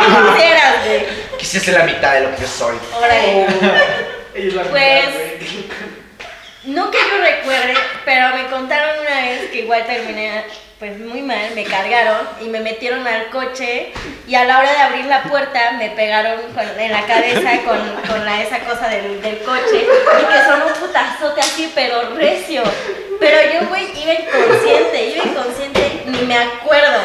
Quisieras, güey.
Quise ser la mitad de lo que yo soy.
Órale.
Y la
Pues-
mitad, güey.
No que yo recuerde, pero me contaron una vez que igual terminé pues muy mal, me cargaron y me metieron al coche y a la hora de abrir la puerta me pegaron con- en la cabeza con, con la, esa cosa del, del coche y que son un putazote así, pero recio. Pero yo, güey, iba inconsciente, iba inconsciente, ni me acuerdo.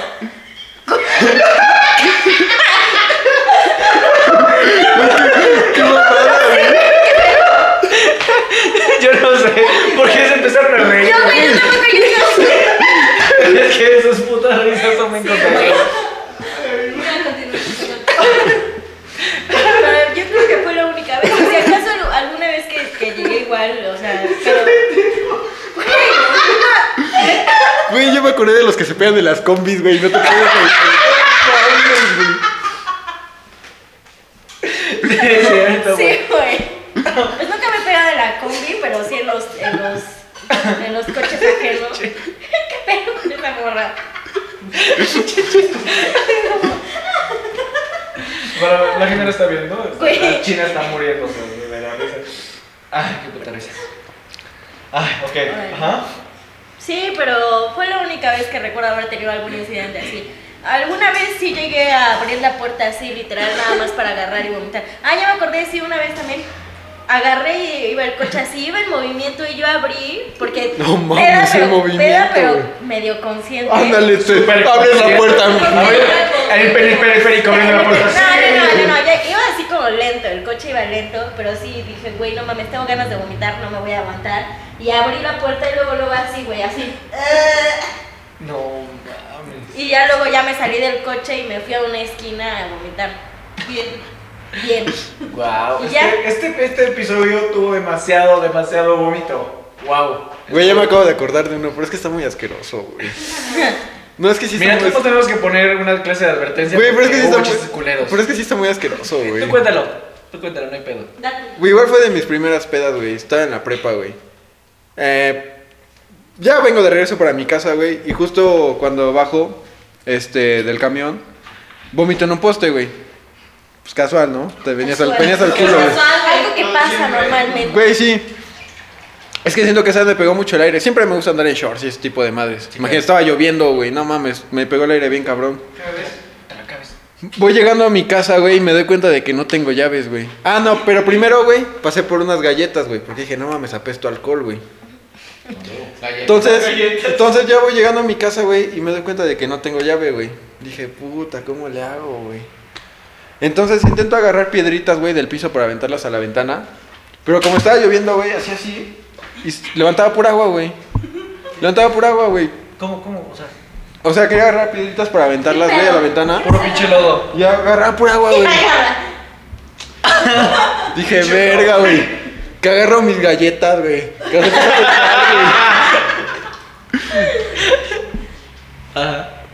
Yo no sé por qué se empezaron a reír.
Yo, güey, yo tampoco
Es que esas putas risas son muy contagiosas.
Ya continúa.
Pero yo creo que fue la única vez. Si acaso al- alguna vez que, que llegué igual, o sea, pero.
Güey, yo me acordé de los que se pegan de las combis, güey. No te puedo
Sí, es cierto, güey.
Sí, güey. Pues nunca me he pegado en la combi, pero sí en los, en los, en los coches ajenos. ¿Qué pedo con esa morra?
Bueno, la gente no está viendo.
Güey.
La China está muriendo güey, de la risa. Ay, qué puta risa. Ay, ok.
Órale.
Ajá.
Sí, pero fue la única vez que recuerdo haber tenido algún incidente así. Alguna vez sí llegué a abrir la puerta así, literal, nada más para agarrar y vomitar. Ah, ya me acordé, sí, una vez también. Agarré y iba el coche así, iba en movimiento y yo abrí, porque.
No mames, en
pero,
movimiento,
peda, pero
güey.
medio consciente.
Ándale, te
Súper
abres la
consciente.
puerta.
A ver, en el periférico, abriendo la puerta.
No, no, no, no, no, ya iba así como lento, el coche iba lento, pero sí dije, güey, no mames, tengo ganas de vomitar, no me voy a aguantar. Y abrí la puerta y luego luego así, güey, así. "Ah".
No mames.
Y ya luego ya me salí del coche y me fui a una esquina a vomitar. Bien. Bien.
Wow.
Y ya.
Este, este, este episodio tuvo demasiado, demasiado vómito. Wow.
Güey, ya me acabo de acordar de uno, pero es que está muy asqueroso, güey. No, es que sí
Mira,
está
tú
muy...
no tenemos que poner una clase de advertencia.
Güey, pero es
porque
que sí
hubo
está
chistes
muy...
culeros.
Pero es que sí está muy asqueroso, güey.
Tú cuéntalo. Tú cuéntalo, no hay pedo.
Date.
Güey, igual fue de mis primeras pedas, güey. Estaba en la prepa, güey. Eh, ya vengo de regreso para mi casa, güey. Y justo cuando bajo este, del camión, vomito en un poste, güey. Pues casual, ¿no? Te venías al, venías
Pues
al culo, güey.
Algo que pasa normalmente.
Güey, sí. Es que siento que esa me pegó mucho el aire. Siempre me gusta andar en shorts y ese tipo de madres. Imagínate, estaba lloviendo, güey. No mames, me pegó el aire bien cabrón.
Te la acabes.
Voy llegando a mi casa, güey, y me doy cuenta de que no tengo llaves, güey. Ah, no, pero primero, güey, pasé por unas galletas, güey, porque dije, no mames, apesto a alcohol, güey. Entonces, entonces ya voy llegando a mi casa, güey, y me doy cuenta de que no tengo llave, güey. Dije, puta, ¿cómo le hago, güey? Entonces intento agarrar piedritas, güey, del piso para aventarlas a la ventana. Pero como estaba lloviendo, güey, así así, y s- levantaba por agua, güey. Levantaba por agua, güey.
¿Cómo, cómo? O sea,
O sea, quería agarrar piedritas para aventarlas, güey, a la ventana.
puro pinche lodo.
Y agarrar por agua, güey. Dije, verga, güey. Que agarro mis galletas, güey. Que agarro mis galletas, güey.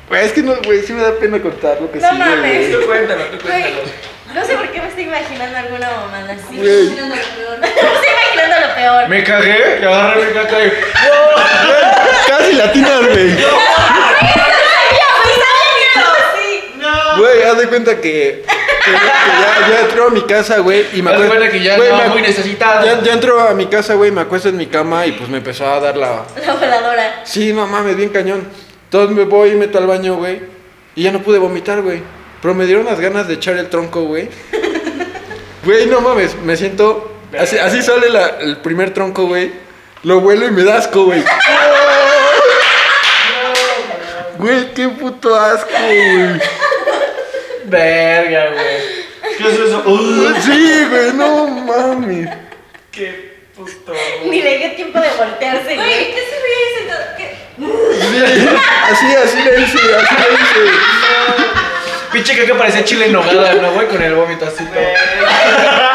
Güey, Es que no, güey, sí me da pena contar lo que
No
sigue, güey.
mames.
Tú cuéntalo, tú
Güey,
cuéntalo.
no sé por qué me estoy imaginando alguna mamada así.
Güey.
Me estoy imaginando lo peor.
Me cagué y agarré mi caca y...
Casi latinas, güey. Güey, haz de cuenta que. que ya, ya entró a mi casa, güey. Y me
Haz de
acuer-
cuenta que ya
güey,
andaba
me ac-
muy necesitado.
Ya, ya entró a mi casa, güey, me acuesto en mi cama y pues me empezó a dar la.
La voladora.
Sí, no mames, bien cañón. Entonces me voy y meto al baño, güey. Y ya no pude vomitar, güey. Pero me dieron las ganas de echar el tronco, güey. Güey, no mames, me siento. Así, así sale la- el primer tronco, güey. Lo vuelo y me da asco, güey. Güey, qué puto asco, güey.
Verga, güey.
¿Qué es eso? Uh,
Sí, güey, no mames.
qué puto.
Ni le dio tiempo de voltearse.
Güey, ¿qué se ve sentado? ¿Qué?
Sí, así, así le hice, así le hice.
Pinche caca parecía chile en nogada, ¿no, güey? Con el vómito así todo.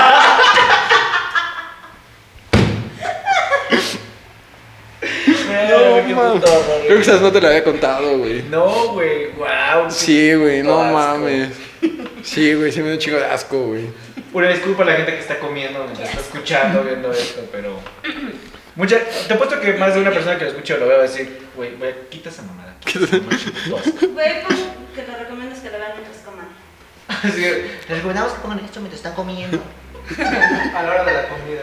Verga, qué
No mames.
puto horror,
Creo que
güey.
esas no te la había contado, güey.
No, güey, wow.
Sí, güey, no
asco.
mames. Sí, güey, sí me da un chingo de asco, güey.
Una disculpa a la gente que está comiendo, que está escuchando, viendo esto, pero. Mucha, te apuesto que más de una persona que lo escuche lo veo decir, güey, güey, quita esa mamada. quita esa mamada, puto asco".
Güey, pues que lo recomiendo es que lo vean mientras coman.
Así que,
Les recomendamos que coman esto mientras están comiendo.
A la hora de la comida,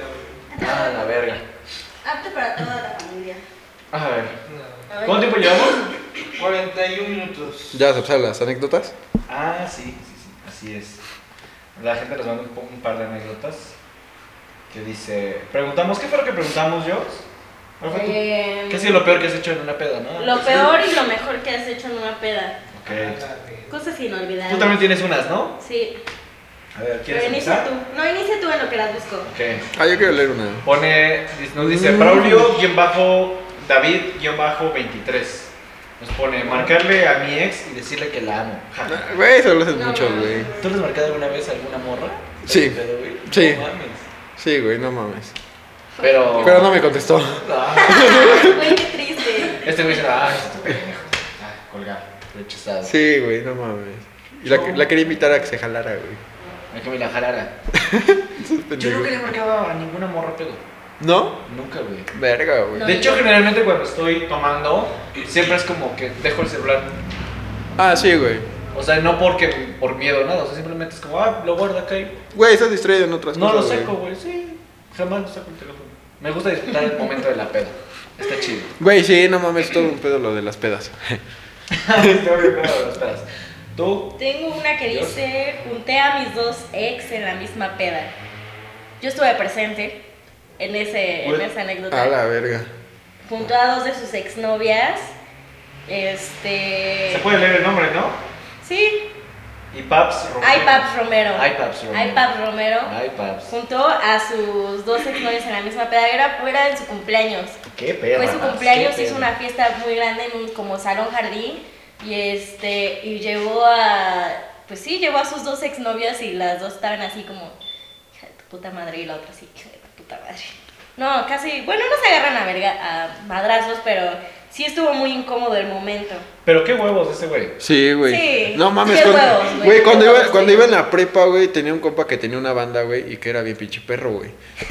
güey.
ah, la verga.
Apto para toda la familia.
A ver,
No.
A ver.
¿cuánto tiempo llevamos?
41 minutos.
Ya se pasaron las anécdotas.
Ah, sí, sí, sí, así es. La gente nos manda un, po- un par de anécdotas que dice, preguntamos, ¿qué fue lo que preguntamos, yo?
Eh,
¿Qué ha sido lo peor que has hecho en una peda, no?
Lo peor y lo mejor que has hecho en una peda.
Ok.
Cosas inolvidables.
Tú también tienes unas, ¿no?
Sí,
A ver,
pero
¿quieres
inicia
empezar?
tú. No, inicia tú en lo que las busco.
Ok.
Ah, yo quiero leer una.
Pone, nos dice
Mm.
Braulio guión bajo David guión bajo 23. Nos pone marcarle a mi ex y decirle que la amo. Ja.
Güey, eso lo hacen
No,
mucho,
no.
güey.
¿Tú le has marcado alguna vez a alguna morra?
Sí.
Pero, güey, no
Sí.
mames.
Sí, güey, no mames.
Pero.
Oh. Pero no me contestó.
Ah,
Güey, qué triste.
Este güey dice, ay, este pendejo. Ah, colgar, rechazado.
Sí, güey, no mames. Y la, la quería invitar a que se jalara, güey.
Hay que me la jalara. Yo
Pendejo.
nunca le he marcado a ninguna morra pedo.
¿No?
Nunca, güey.
Verga, güey.
No.
De hecho, generalmente cuando estoy tomando, siempre es como que dejo el celular
Ah, sí, güey.
O sea, no porque por miedo, nada. O sea, simplemente es como, ah, lo guardo acá y
Güey, estás distraído en otras
no lo
cosas.
saco, güey. Sí, jamás lo saco el teléfono. Me gusta disfrutar el momento de la peda. Está chido.
Güey, sí, no mames, todo un pedo lo de las pedas.
Está bien, pero, esperas. Tú,
Tengo una que dice, junté a mis dos ex en la misma peda. Yo estuve presente en, ese, en esa anécdota.
A la verga.
Junto a dos de sus exnovias. Este...
Se puede leer el nombre, ¿no?
Sí,
Y Paps Romero.
iPaps Romero.
iPads, Romero.
iPaps Romero.
iPads.
Juntó a sus dos exnovios en la misma peda. Era, era en su cumpleaños.
Qué pedo.
Fue su cumpleaños, hizo una fiesta muy grande en un como salón jardín y este y llevó a pues sí, llevó a sus dos exnovias y las dos estaban así como hija de tu puta madre y la otra así, hija de tu puta madre. No, casi, bueno, no se agarran a verga a madrazos, pero sí estuvo muy incómodo el momento.
Pero qué huevos ese güey.
Sí, güey.
Sí.
No mames,
Qué
cuando,
huevos, güey.
güey, cuando,
Qué
iba,
huevos,
cuando
güey.
iba en la prepa, güey, tenía un compa que tenía una banda, güey, y que era bien pinche perro, güey.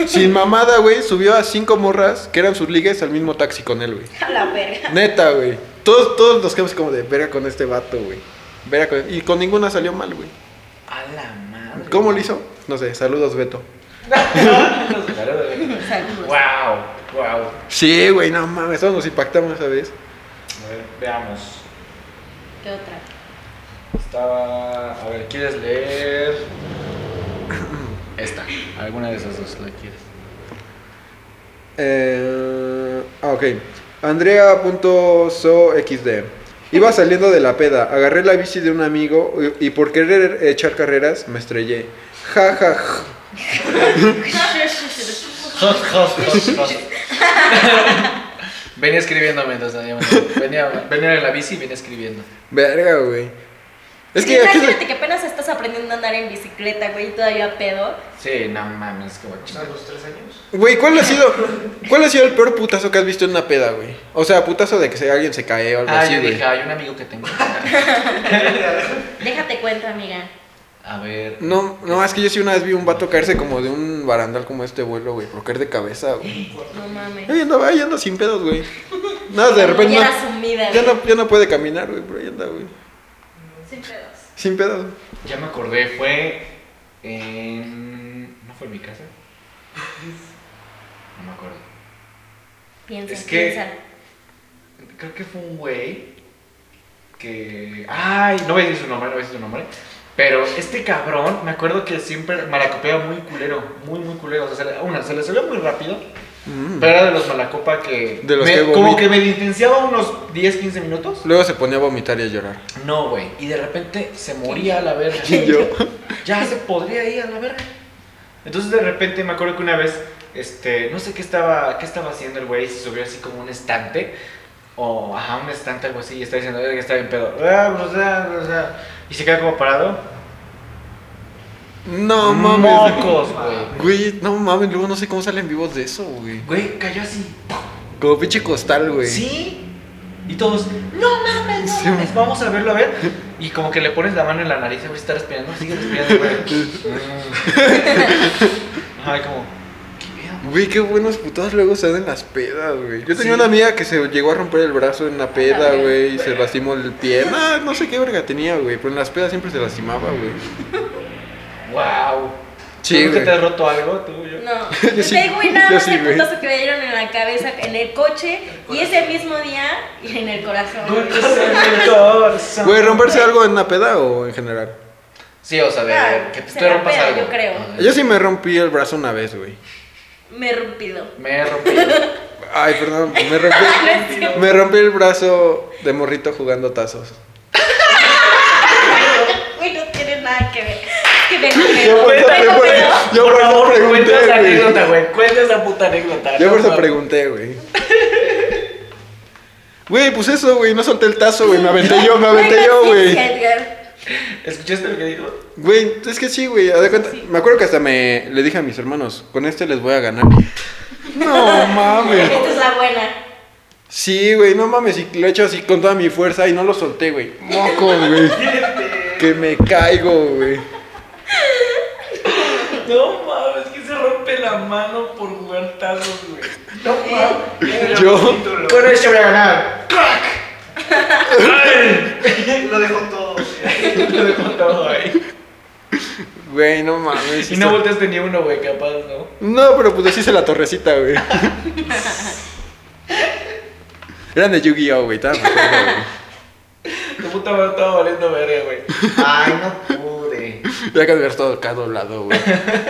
Sin mamada, güey, subió a cinco morras que eran sus ligues al mismo taxi con él, güey.
A la verga.
Neta, güey. Todos, todos nos quedamos como de verga con este vato, güey. Verga con Y con ninguna salió mal, güey.
A la madre.
¿Cómo lo hizo? No sé, saludos, Beto.
Saludos.
wow, wow.
Sí, güey, no mames, todos nos impactamos esa vez.
A ver, veamos.
¿Qué otra?
Estaba. A ver, ¿quieres leer? Esta. Alguna de esas dos la quieres.
Eh, ah, ok. Andrea.soxd. Iba saliendo de la peda, agarré la bici de un amigo y, y por querer echar carreras me estrellé. Ja, ja, ja.
venía escribiendo mientras venía, venía, venía en la bici y venía escribiendo.
Verga, güey. Es que aquí
imagínate que apenas estás aprendiendo a andar en bicicleta, güey, y todavía pedo.
Sí, no mames, qué guachito.
A los tres años.
Güey, ¿cuál ha sido cuál ha sido el peor putazo que has visto en una peda, güey? O sea, putazo de que se- alguien se cae o algo
Ah,
así,
yo
güey.
dije, hay un amigo que tengo.
Déjate cuenta, amiga.
A ver.
No, no, es que yo sí una vez vi un vato caerse como de un barandal como este vuelo, güey, por caer de cabeza, güey.
No mames.
Ahí andaba, ahí anda sin pedos, güey. Nada, de repente
Mujer
no-
asumida,
ya
güey.
no, ya no puede caminar, güey, pero ahí anda, güey.
Sin pedos.
Sin pedos.
Ya me acordé, fue en... ¿No fue en mi casa? No me acuerdo.
Piensa,
Es que-
piensa.
Creo que fue un güey que... Ay, no voy a decir su nombre, no voy a decir su nombre. Pero este cabrón, me acuerdo que siempre malacopeaba muy culero, muy, muy culero. O sea, se le- una, se le salió muy rápido,
Mm.
pero era de los malacopa que...
De los
me-
que
como
vomit-
que me distanciaba unos 10, 15 minutos.
Luego se ponía a vomitar y a llorar.
No, güey. Y de repente se moría a la verga.
yo?
Ya se podría ir a la verga. Entonces de repente me acuerdo que una vez, este, no sé qué estaba, qué estaba haciendo el güey, se subió así como un estante. O ajá, un estante, algo así, y está diciendo, que está bien pedo. Ah, bla, bla, bla, bla. Y se queda como parado.
No mames.
Mocos, güey.
Güey, no mames, luego no sé cómo salen vivos de eso, güey.
Güey, cayó así.
Como pinche costal, güey.
¿Sí? Y todos, no mames, no
Sí.
mames, vamos a verlo, a ver. Y como que le pones la mano en la nariz, a ver si está respirando, sigue respirando, güey. Mm. Ay, como, ¿qué pedo?
Güey, qué buenos putados luego se dan en las pedas, güey. Yo tenía
Sí.
una amiga que se llegó a romper el brazo en una peda,
verga.
güey, y se lastimó el pie. No, no sé qué verga tenía, güey, pero en las pedas siempre se lastimaba, güey.
Wow.
Sí,
¿Tú que
güey.
te has roto algo, tú? Yo?
No,
Yo
yo
sí-
tengo y nada
yo
más
sí,
el
güey.
putazo que me dieron en la cabeza, en el coche, y ese mismo día y en el corazón.
Güey, ¿romperse algo en una peda o en general?
Sí, o sea, de
Ah,
que tú
se
te
la
rompas
peda,
algo.
yo creo.
Ah,
Yo sí me rompí el brazo una vez, güey.
Me rompido.
Me he rompido.
Ay, perdón, me rompí, me rompí el brazo de morrito jugando tazos.
Güey, no tiene nada que ver. Que me
Yo por eso,
Tengo
pre-
pedo.
yo por eso pregunté,
Cuenta esa
güey.
anécdota, güey. Cuenta esa puta anécdota.
Yo por
no
eso
mames.
pregunté, güey. Güey, pues eso, güey, no solté el tazo, güey, me aventé yo, me aventé yo, güey.
Edgar.
¿Escuchaste lo que dijo?
Güey, es que sí, güey, haz de cuenta- me acuerdo que hasta me le dije a mis hermanos, con este les voy a ganar. No mames.
Esta es la buena.
Sí, güey, no mames, y lo he hecho así con toda mi fuerza y no lo solté, güey. Mocos, güey. Que me caigo, güey.
No mames, que se rompe la mano por jugar tazos, güey. No
Eh,
mames.
Yo
Con esto voy a ganar.
Lo dejó todo.
Lo dejo todo ahí.
Güey, no mames.
Y no
está-
volteaste ni uno, güey, capaz, ¿no?
No, pero pues así hice la torrecita, güey. Eran de Yu-Gi-Oh, güey. estaba muy bueno, güey.
Tu puta madre estaba valiendo verga, güey.
Ay, no pude.
Ya que haber estado acá doblado, güey.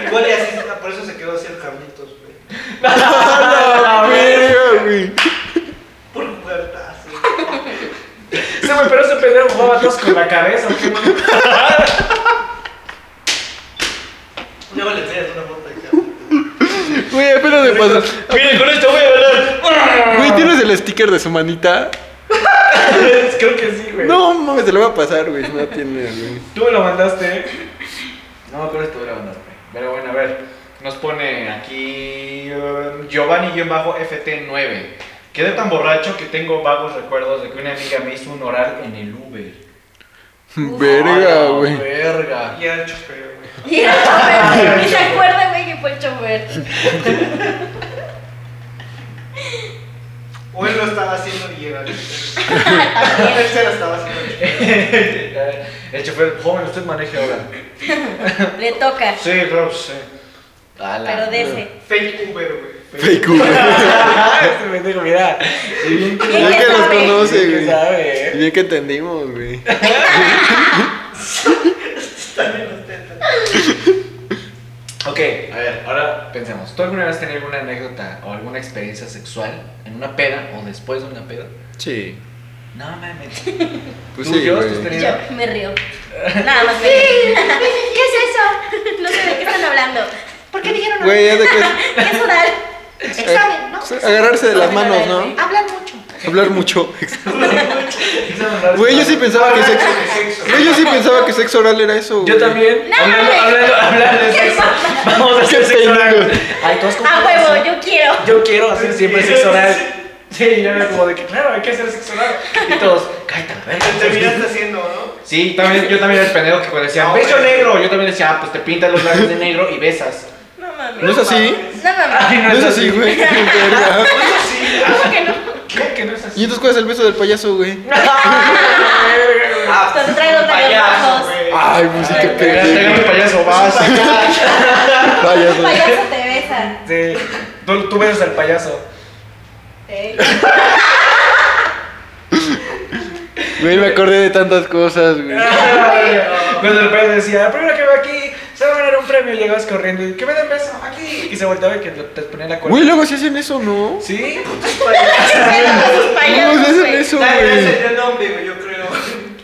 Igual y así, por eso se quedó así el Carlitos, güey.
¡Ah, verga, güey!
Por muertazo.
Se me pero ese pendejo jugaba todos con la cabeza, ¿qué no?
Luego le enseñas una foto de Carlitos.
Güey, apenas me pasó.
Miren, con esto voy a hablar.
Güey, ¿tienes el sticker de su manita?
Creo que sí, güey.
No, mames, se lo voy a pasar, güey. No tiene, güey.
Tú me lo mandaste. ¿eh? No, pero esto me lo mandaste. Pero bueno, a ver. Nos pone aquí um, Giovanni-FT9. Quedé tan borracho que tengo vagos recuerdos de que una amiga me hizo un oral en el Uber. A
Verga,
la
güey.
Verga.
Y era el chofer, güey.
Y era el chofer. Y se acuerdan, güey, que fue el chofer.
O él lo estaba haciendo y era el chofer. Él se lo estaba haciendo el chofer.
el chofer, joven, usted maneje ahora.
Le toca.
Sí, claro, sí.
Pero de ese.
Fake Uber, güey.
Fake, güey.
Este pendejo, mira. Y bien que-
Ya que los
sabe.
conoce,
bien que
güey.
sabe, eh.
Bien que entendimos, güey.
También los tetas.
Ok, a ver, ahora pensemos. ¿Tú alguna vez tenías alguna anécdota o alguna experiencia sexual en una peda o después de una peda?
Sí.
No mames.
Pues
¿Tú,
sí,
Dios, tú
güey.
Y
tenías-
yo me río. Nada más me río. ¿Qué es eso? No sé de qué están hablando.
¿Por qué dijeron
Güey, ya de que.
¿Qué es oral?
Examen, ¿no?
Agarrarse de las manos, ¿no?
Hablan mucho.
Hablar mucho.
Examen,
Güey, yo sí pensaba que sexo. Güey, yo sí pensaba que sexo oral era eso.
Yo
güey.
también.
No,
hablando,
güey.
hablando, hablando de sexo. Vamos a hacer sexo oral. Ay, tú has
A
comprado
Ah, huevo,
eso?
yo quiero.
Yo quiero hacer siempre sexo oral. Sí, yo era como de que, claro, hay que hacer sexo oral. Y todos, cállate, a ver.
Te terminaste haciendo, ¿no?
Sí, también, yo también era el pendejo que cuando decían
No,
beso
güey.
negro, yo también decía, ah, pues te pintas los labios de negro y besas.
No
¿No
mames.
es así?
No mames.
No es así, güey. Verga.
¿Cómo que no?
¿Cómo que no es así?
¿Y entonces cuál es el beso del payaso, güey?
Ah,
Entonces trae los labios
payaso,
rojos.
güey.
Ah,
Ay, pues sí, qué
Tengo
pendejo.
un payaso, vas.
Un
Payaso.
payaso te besa.
Sí. Tú, tú besas al payaso.
Ey.
Güey, me acordé de tantas cosas, güey.
Ah.
Cuando el payaso decía, la primera que veo aquí, se va a ganar un premio, y llegabas corriendo y que me den beso aquí. Y se volteaba y que te ponía la cola.
Güey, luego se hacen eso, ¿no?
Sí,
Esos
Luego se
payasos,
hacen
güey.
eso,
Dale,
güey.
ese el nombre, güey, yo creo.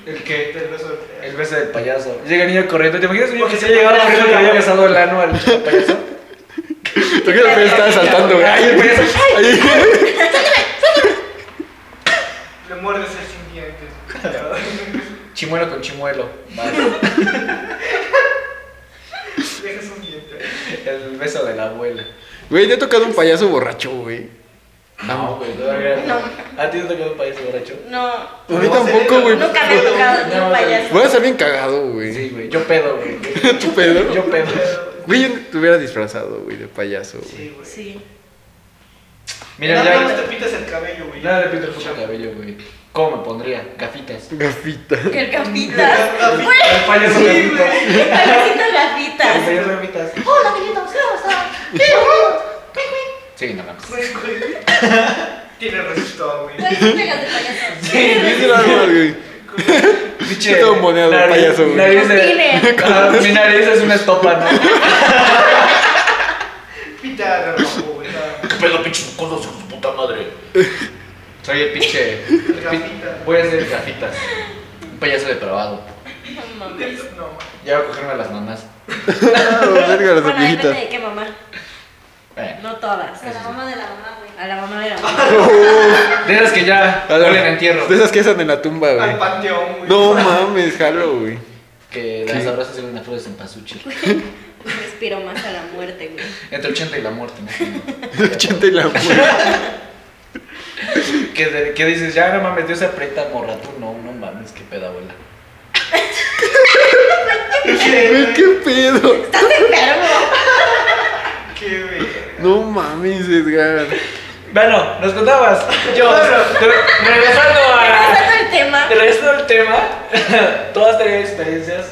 el que.
Del beso del
El beso del payaso. Llega el niño corriendo. ¿Te imaginas un niño que
Porque
se
se
llegaba
pone
corriendo
la
que le había
soga.
besado el ano al payaso?
Yo creo que el payaso estaba saltando, güey. Ay, el payaso. Ay.
Le muerdes el sin dientes.
Chimuelo con chimuelo.
Dejas un diente.
El beso de la abuela.
Güey, te ha tocado un payaso borracho, güey.
No, güey, todavía no. ¿A ti no te quedó un payaso borracho?
No,
A mí tampoco, güey.
nunca me he tocado ni
No,
un
no.
payaso.
Voy a ser bien cagado, güey.
Sí, güey. Yo pedo, güey.
¿Tu pedo?
Yo pedo.
Güey, yo te hubiera disfrazado, güey, de payaso, güey.
Sí, güey.
Sí.
Mira,
Nada más
ya.
te pintas el cabello, güey.
Nada le pinto el puto cabello, güey. ¿Cómo me pondría? Gafitas.
Gafita.
Que el gafitas.
El payaso
Sí,
gafitas.
El
güey.
El
payaso gafitas.
payaso gafitas.
Hola, queridos, ¿cómo están? Bienvenidos.
Sí, no mames.
Güey, güey. Tiene resistón, güey.
Güey, sí pegas de payaso.
Es el árbol, güey.
Pinche.
Todo moneado, el
nariz-
payaso, güey.
nariz de-
Costines.
Ah, Mi nariz es una estopa, ¿no?
Pinta de rojo, güey. nada más.
pedo, pinche mocoso, hijo de su puta madre? Soy el pinche. el pi-
Gafitas.
Voy a hacer gafitas. Un payaso depravado.
No mames.
No, man.
Ya voy a cogerme a las mamás.
Ah, verga, las
Bueno, depende
viejitas.
de qué mamá.
Bueno,
No todas.
A la mamá de la mamá, güey.
A la mamá de la mamá.
de esas que ya
A la-
huelen a entierro.
Oh. De esas que están en la tumba,
Al
güey.
panteón, güey.
No mames, jalo, güey.
Que las abrazas en una flor de cempasúchil.
Respiro más a la muerte, güey.
Entre 80 y la muerte, ¿no?
El 80 y la muerte.
que, de- que dices, ya no mames, Dios se aprieta, morra, tú no, no mames, qué peda, abuela.
Güey, qué pedo.
¡Estás enfermo!
Qué verga.
No mames, Edgar.
Bueno, nos contabas. Yo, te- regresando a.
Pasando el tema,
Regresando al tema, todas tenían experiencias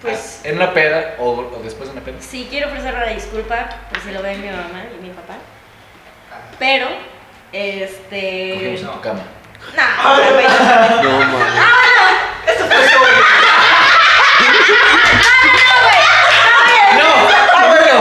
pues eh,
en una peda o, o después de una peda.
sí quiero ofrecer una disculpa por si lo ven mi mamá y mi papá. Pero Este.
Cogimos en tu cama.
Nah, no, güey.
No, mames.
No, no, no.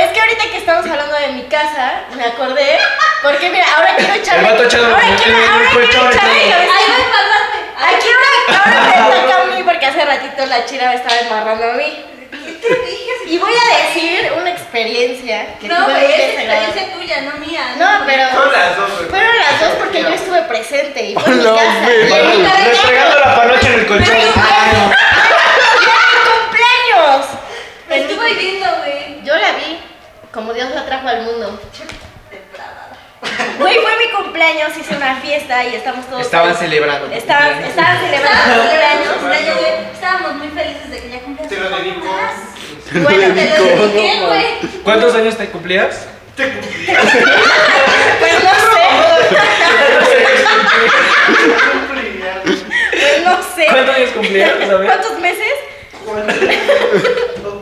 Es que ahorita que estamos hablando de mi casa, me acordé. Porque mira, ahora quiero echarle.
vato echando
ahora
el-
quiero,
el- el
ahora quiero
colchón y
echarle
todo.
cabecita.
Ahí me pasaste. Ahí
Aquí ahora, ahora me toca a mí porque hace ratito la chira me estaba embarrando a mí.
¿Qué te dije? Si
Y voy a decir una experiencia que
No,
tuve
güey,
muy
es
desagradable.
experiencia tuya, no mía.
No, pero
Son las dos, güey.
fueron las dos porque yo estuve presente y fue en mi
Hola,
casa. Y
hombre.
en mi casa-
Restregando la panocha en el colchón.
¡Era mi cumpleaños!
Me estuvo viviendo, güey.
Yo la vi como Dios la trajo al mundo. Güey, fue mi cumpleaños, hice una fiesta y estamos todos.
Estaban celebrando. tu
Estaban,
cumpleaños.
estaban celebrando mi
Estábamos
cumpleaños.
celebrando tu cumpleaños, güey. Estábamos muy felices de que ya cumplías.
Te lo
un año
dedico.
más.
Bueno,
Te lo dediqué, güey.
¿Cuántos años te cumplías?
pues no sé, pues no sé.
¿Cuántos años cumplías? ¿Sabes?
¿Cuántos meses?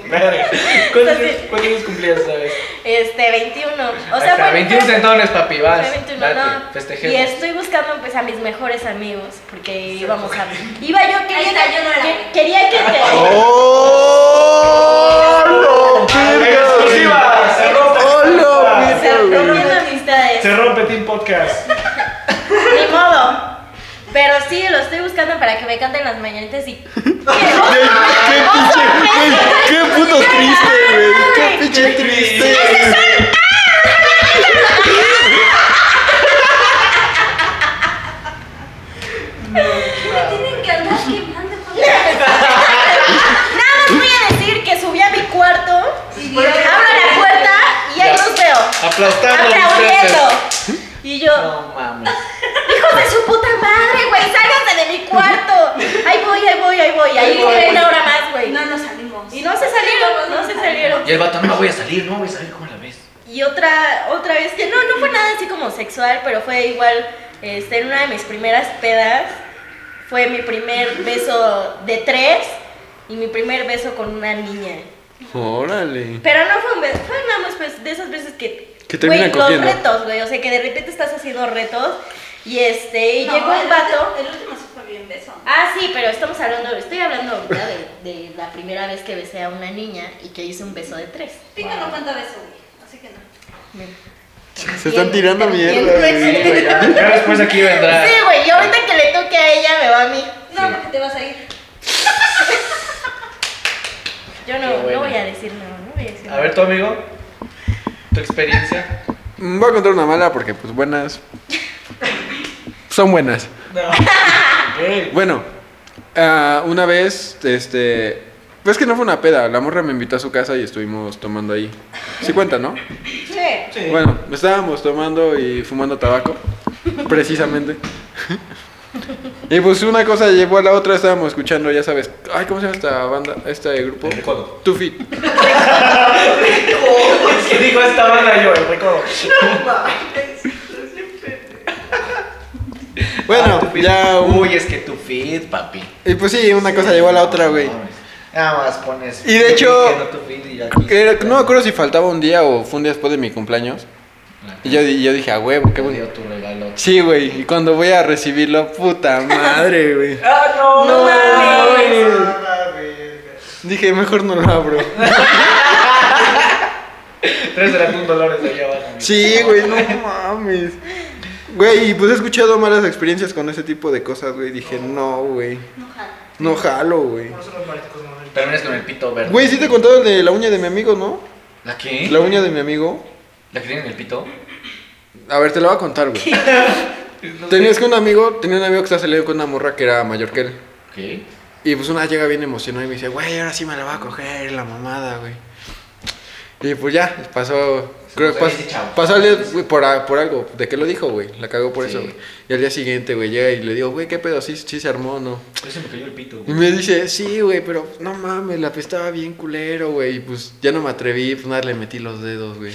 Verga.
Pues,
¿Cuántos años- cuántos años cumplías? ¿Sabes?
Este, 21. O
Ahí
sea,
está,
fue-
21
fue-
centones, papi, vas.
Fue 21,
date,
no.
festejemos.
Y estoy buscando pues a mis mejores amigos porque íbamos a iba yo
Ahí
quería
está,
que,
yo no era.
que- quería que te
¡Oh, la
Venga,
verga!
exclusiva. Se rompe.
¡Oh, la
se
verga, güey!
rompiendo amistades.
Se rompe Team Podcast.
eh. Ni modo. Pero sí, lo estoy buscando para que me canten las mañanitas y
¡Qué qué pinche, güey! ¡Qué puto triste, güey! ¡Qué pinche triste!
¿Qué me tienen que andar quemando? joder?
Nada más voy a decir que subí a mi cuarto,
Sí,
abro la puerta y ahí los veo.
Aplastando.
Aplaudiendo. Y yo,
No mames.
Hijo de su puta madre, güey, sálganse de mi cuarto. Ahí voy, ahí voy, ahí voy. Ahí voy una hora más, güey.
No nos salimos.
Y no se salieron, no se salieron.
Y el vato, no me voy a salir, no voy a salir como la vez.
Y otra, otra vez que no, no fue nada así como sexual, pero fue igual, este, en una de mis primeras pedas, fue mi primer beso de tres y mi primer beso con una niña.
¡Órale!
Pero no fue un beso, fue nada más pues, de esas veces que...
Que terminan
güey, los
cogiendo.
retos, güey, o sea que de repente estás haciendo retos y este, y
No,
llegó
el
un vato...
último- El último sí fue bien beso.
Ah, sí, pero estamos hablando, estoy hablando ahorita de, de la primera vez que besé a una niña y que hice un beso de tres.
Pingo no cuenta beso, güey. Así que no.
Se están tirando mierda,
Sí,
güey.
güey,
Ya después aquí vendrá.
y ahorita que le toque a ella me va a mí.
No, porque te vas a ir.
Yo
Qué
no,
bueno.
no voy a decir nada, no voy a decir
A ver, tu amigo, tu experiencia.
Mm, Voy a contar una mala porque, pues, buenas. Son buenas. Bueno, ah, una vez, este. Pues que no fue una peda. La morra me invitó a su casa y estuvimos tomando ahí. Sí cuenta, ¿no?
nada.
Sí.
Bueno, estábamos tomando y fumando tabaco, precisamente. Y pues una cosa llevó a la otra, estábamos escuchando, ya sabes, ay, ¿cómo se llama esta banda, este grupo?
Recodo.
Two Feet.
Ah,
Es que dijo esta banda yo, el recodo.
Bueno, ya hubo-
Uy, es que tu feed, papi.
Y pues sí, una cosa llevó a la otra, güey.
Nada más pones.
Y de hecho-
no tu feed y ya aquí-
Era- no me acuerdo si faltaba un día o fue un día después de mi cumpleaños. Y yo, di- yo dije, a huevo, qué
Te
bonito.
dio tu regalo.
Sí, güey, y cuando voy a recibirlo, puta madre, güey.
Ah, no.
No mames.
Ah, verga.
Dije, mejor no lo abro.
Tres de la Kun Dolores allá abajo. amigo.
Sí, güey, no mames. Güey, pues he escuchado malas experiencias con ese tipo de cosas, güey. Dije, no, güey.
No jala.
No jalo, güey.
No son los maricos, no, güey.
Terminas con el pito verde.
Güey, sí te he contado el de la uña de mi amigo, ¿no?
¿La qué?
La uña de mi amigo.
¿La que tiene en el pito?
A ver, te la voy a contar, güey. Tenías que un amigo, tenía un amigo que estaba saliendo con una morra que era mayor que él.
¿Qué?
Y pues una llega bien emocionada y me dice, güey, ahora sí me la va a coger la mamada, güey. Y pues ya, pasó. Creo que
fue
pas-
ese chavo.
pasó el día güey, por, a- por algo. ¿De qué lo dijo, güey? La cagó por
Sí.
eso, güey. Y al día siguiente, güey, llega y le digo, güey, ¿qué pedo? ¿Sí, sí se armó o no?
Yo Pues se me cayó el pito.
Y me dice, sí, güey, pero no mames, la apestaba bien culero, güey. Y pues ya no me atreví, pues nada, le metí los dedos, güey.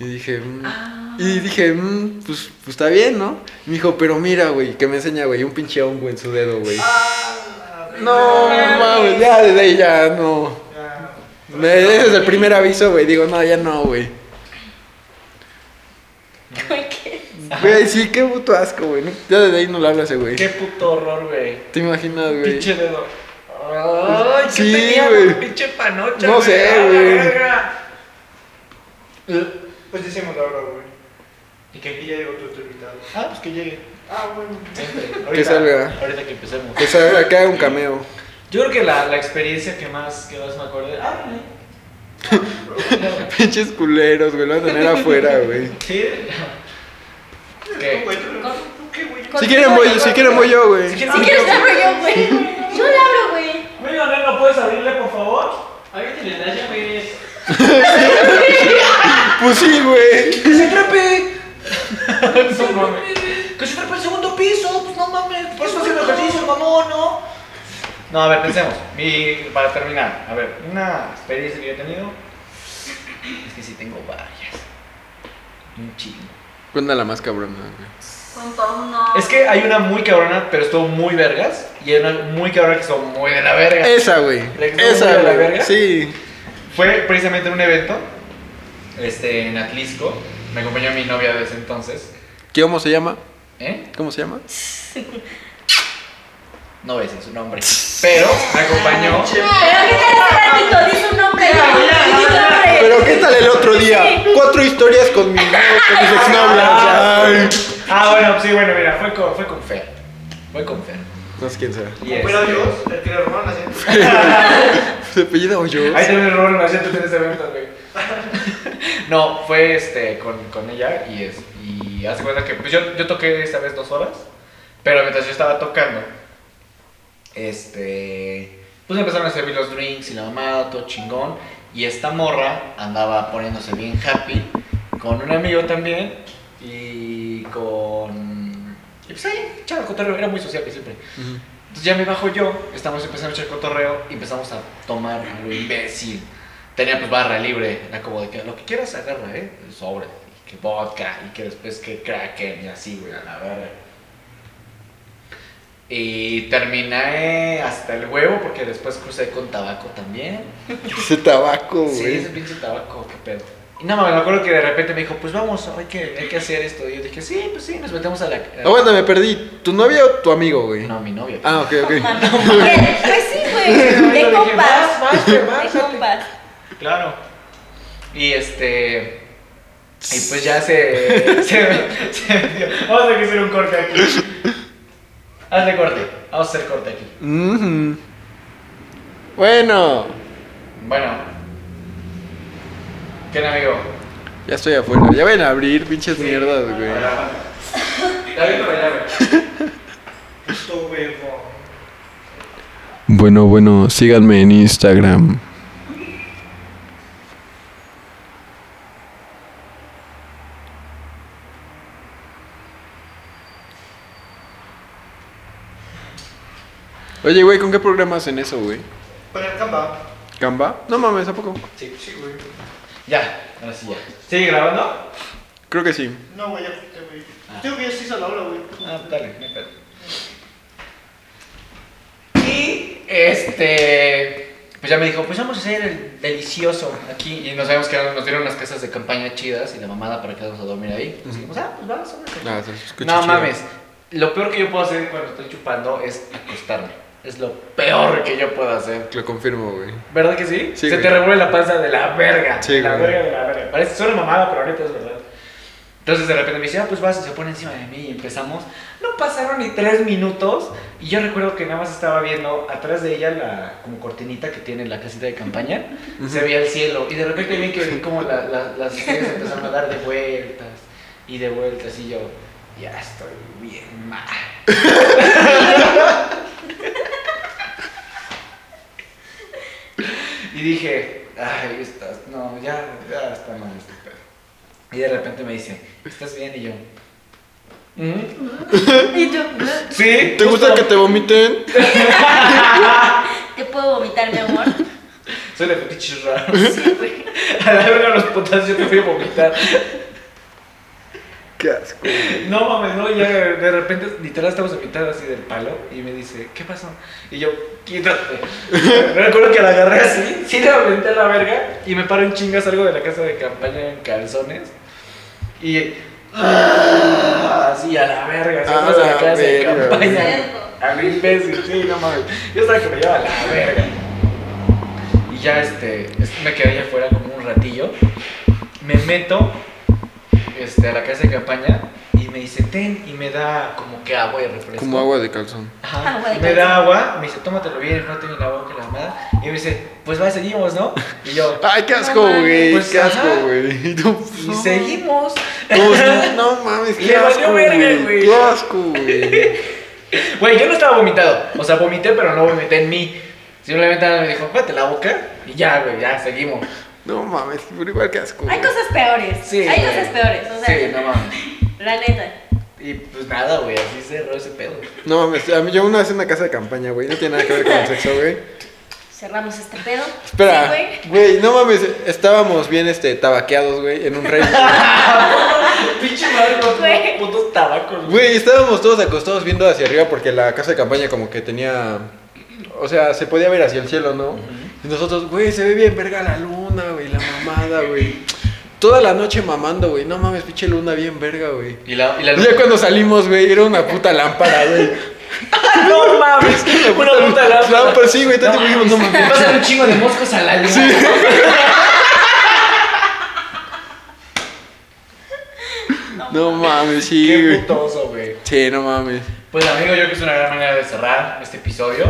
Y dije, mm.
Ah.
y dije, mm, pues, pues está bien, ¿no? Y me dijo, pero mira, güey, que me enseña, güey, un pinche hongo en su dedo, güey.
Ah.
no mames, ya desde ahí ya no.
Ya.
Me- Ese es el primer aviso, güey. Digo, no, ya no, güey.
¿Qué?
Güey, sí, qué puto asco, güey. No- Ya desde ahí no le hablo a ese güey.
Qué puto horror, güey.
¿Te imaginas, güey?
Pinche dedo. Ay,
Sí,
sí, tenía
güey.
güey. pinche panocha,
No sé,
a la
güey.
verga.
Pues decimos ahora, güey. Y que aquí ya llegó tu otro invitado.
Ah, pues que llegue.
Ah, bueno.
Ahorita,
salga.
Ahorita que empecemos.
Pues a ver, acá hay un cameo.
Yo creo que la, la experiencia que más, que más me acordé. Ah,
Pinches culeros, güey. Lo van a tener afuera, güey.
sí.
No,
¿Qué?
güey, tú no- ¿tú qué, güey?
Si quieren voy, si quieren voy yo, güey.
Si quieres, abro yo, güey. Yo la abro, güey.
Bueno, ¿no puedes abrirle, por favor? Ahorita le das ya,
Pues sí, güey.
¡Que se trepe! No mames. ¡Que se trepe el segundo piso! Pues no mames. Por eso haciendo ejercicio, mamón, ¿no? No, a ver, pensemos. Mi- para terminar, a ver, una experiencia que yo he tenido. Es que sí tengo varias. Un chingo.
Cuéntala más cabrona, güey.
Es que hay una muy cabrona, pero estuvo muy vergas. Y hay una muy cabrona que estuvo muy de la verga.
Esa, güey.
¿La que está
Esa,
muy de la
güey.
verga?
Sí.
Fue precisamente en un evento este, en Atlisco. Me acompañó mi novia de ese entonces.
¿Qué ¿Cómo se llama?
¿Eh?
¿Cómo se llama?
No voy a decir Pues su nombre. Pero me acompañó.
Pero ¿qué tal hace ratito? Dice un nombre. güey. Dice un nombre.
Pero ¿qué tal el otro día? Cuatro historias con mi con mis exnovias. Ay.
Ah, bueno, sí, bueno, mira, fue con, fue con Fer. Fue con Fer.
No sé quién será.
Y
Como
este-
fuera Dios, el que le robaron la gente.
¿Se apellida o yo?
Ahí también robaron la gente en ese evento, güey. No, fue este, con, con ella y, es, y hace cuenta que pues yo, yo toqué esta vez dos horas, pero mientras yo estaba tocando, este, pues empezaron a servir los drinks y la mamada, todo chingón, y esta morra andaba poniéndose bien happy con un amigo también y con... Y pues ahí, chaval, cotorreo, era muy sociable siempre. Entonces ya me bajo yo, estamos empezando a echar cotorreo y empezamos a tomar a lo imbécil. Tenía pues barra libre, era como de que lo que quieras agarra, ¿eh? El Sobre, y que vodka y que después que kraken y así, güey, a la verga. Y terminé hasta el huevo porque después crucé con tabaco también.
Ese tabaco,
Sí,
güey.
ese pinche tabaco, qué pedo. Y nada más, me acuerdo que de repente me dijo, pues vamos, hay que, hay que hacer esto. Y yo dije, sí, pues sí, nos metemos a la...
Aguanta, me perdí. ¿Tu novia o tu amigo, güey?
No, mi novia.
Ah, ok, ok.
Mami, ¿qué? Pues sí, güey. De compas. De compas.
Claro.
Mm.
Y este. Y pues ya se. se, se metió. Vamos a tener que hacer un corte aquí. Hazle corte. Vamos a hacer corte aquí.
Ujú. Bueno,
Bueno. ¿Qué amigo?
ya estoy afuera. Ya van a abrir, pinches mierdas, güey.
Dale para allá, güey.
Puto huevo.
Bueno, bueno, síganme en Instagram. Oye, güey, ¿con qué programas en eso, güey?
Con el Canva.
¿Canva? No mames, ¿a poco?
Sí, sí,
güey.
Ya, ahora sí ya. ¿Sigue grabando?
Creo que sí.
No, güey, ya corté, güey. Tengo que ya se hizo la obra, güey.
Ah, dale, me pedo. Y este. Pues ya me dijo, pues vamos a hacer el delicioso aquí. Y nos habíamos quedado, nos dieron unas casas de campaña chidas y la mamada para quedarnos a dormir ahí. Nos dijimos, ah, pues vamos, vamos.
Ah, se escucha
No
chido.
mames, lo peor que yo puedo hacer cuando estoy chupando es acostarme. Es lo peor que yo puedo hacer.
Lo confirmo, güey.
¿Verdad que sí? Se
Sí, güey.
te revuelve la panza de la verga.
Sí,
de la
güey.
verga de la verga. Parece solo mamada, pero ahorita es verdad. Entonces de repente me dice, ah, pues vas, y se pone encima de mí y empezamos. No pasaron ni tres minutos y yo recuerdo que nada más estaba viendo atrás de ella la como cortinita que tiene la casita de campaña. Se veía el cielo y de repente vi que vi como la- la- las estrellas empezaron a dar de vueltas y de vueltas y yo, ya estoy bien mal. Y dije, ay, estás, no, ya, ya está mal este pedo. Y de repente me dice, ¿estás bien? Y yo, "Mm,
Y tú,
¿sí?
¿Te gusta que te vomiten?
¿te puedo vomitar, mi amor?
Soy de fetiches raros. A la verga los putas, yo te fui a vomitar.
Qué asco.
No mames, no, ya de repente, literal, estamos a mitad así del palo. Y me dice, ¿qué pasó? Y yo, quítate. Recuerdo que la agarré así, sí le aventé la verga. Y me paro en chingas, algo de la casa de campaña en calzones. Y "Ah", Así a la verga, así
A
estamos en la
la
clase de
verga.
campaña.
Cerdo.
A mil veces, sí, no mames. Yo estaba que me llevaba a la verga. Y ya este, es- me quedé allá afuera como un ratillo. Me meto este, a la casa de campaña y me dice, ten, y me da como que agua y refresco.
Como agua de calzón.
Ajá.
Agua de
me
calzón.
da agua, me dice, tómatelo bien, no tengo el agua que la mamada. Y me dice, pues va, seguimos, ¿no? Y yo,
Ay, qué asco,
No mames,
güey.
pues,
qué asco,
ajá.
güey. No,
y seguimos.
Pues, no, no mames, qué
Le valió
asco,
verga,
güey.
güey.
Qué asco, güey.
Güey, yo no estaba vomitado. O sea, vomité, pero no vomité en mí. Simplemente me dijo, pate la boca. Y ya, güey, ya, seguimos.
No mames, pero igual qué asco.
Hay
güey.
cosas peores.
Sí,
Hay
güey.
cosas peores. O sea,
Sí, no mames.
la neta.
Y pues nada, güey, así cerró ese pedo.
No mames, a mí yo una vez en una casa de campaña, güey. No tiene nada que ver con el sexo, güey.
Cerramos este pedo. Sí,
Espera,
güey.
güey, no mames, estábamos bien este tabaqueados, güey, en un rey.
Pinche madre, los
Güey.
putos tabacos,
Güey, estábamos todos acostados viendo hacia arriba porque la casa de campaña como que tenía o sea, se podía ver hacia el cielo, ¿no? Y nosotros, güey, se ve bien verga la luna, güey, la mamada, güey. Toda la noche mamando, güey. No mames, pinche luna bien verga, güey.
Y la, y la
Ya cuando salimos, güey, era una puta lámpara, güey.
No mames, una puta lámpara.
Lámpara, sí, güey, tanto dijimos, no
Me
mames.
pasan un chingo de moscos a la luna.
No mames, sí,
Qué
güey.
putoso, güey.
Sí, no mames.
Pues amigo, yo creo que es una gran manera de cerrar este episodio.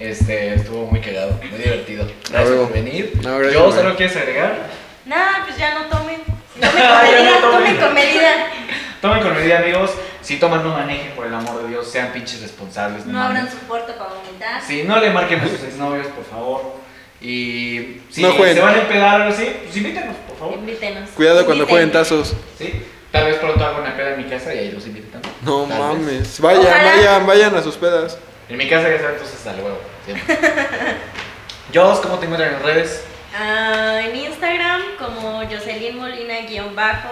Este, estuvo muy cagado, muy divertido. Gracias
huevo.
por venir.
No, gracias,
yo,
güey.
¿sabes lo quieres agregar?
Nada, pues ya no tomen. Tomen
Ya
con medida,
no tomen.
tomen con medida.
Tomen con medida, amigos. Si toman, no manejen, por el amor de Dios. Sean pinches responsables.
No
mames.
abran su puerta para vomitar.
Sí, no le marquen a sus exnovios, por favor. Y si
No jueguen.
se van a empedar o algo así, pues invítanos, por favor.
Invítenos.
Cuidado cuando
Inviten.
jueguen tazos.
Sí. Tal vez pronto hago una peda en mi casa y ahí los invito también.
No
Tal vez.
mames. Vayan,
Ojalá.
vayan, vayan a sus pedas.
En mi casa ya saben, entonces al huevo. Siempre. Jos, ¿cómo te encuentran en redes?
Ah, en Instagram como Jocelyn Molina guión bajo,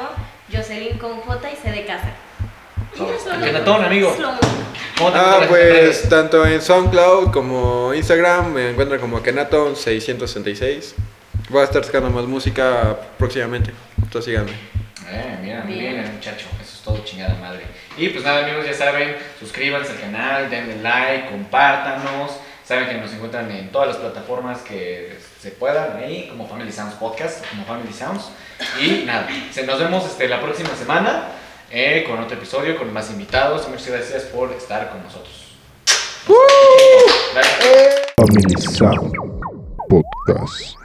Jocelyn con J y C de casa. Y ya solo-
Jonathan, amigo.
es lo único.
¿Cómo te
Ah,
encuentran en
pues
redes?
tanto en SoundCloud como Instagram me encuentran como Kenaton666. Voy a estar sacando más música próximamente. Entonces síganme.
Eh, mira, muy
Bien.
bien, el muchacho. Eso es todo chingada madre. Y pues nada, amigos, ya saben, suscríbanse al canal, denle like, compártanos. Saben que nos encuentran en todas las plataformas que se puedan ahí, como Family Sounds Podcast, como Family Sounds. Y nada, se- nos vemos este, la próxima semana eh, con otro episodio, con más invitados. Muchas gracias por estar con nosotros. Gracias.
Family Sound Podcast.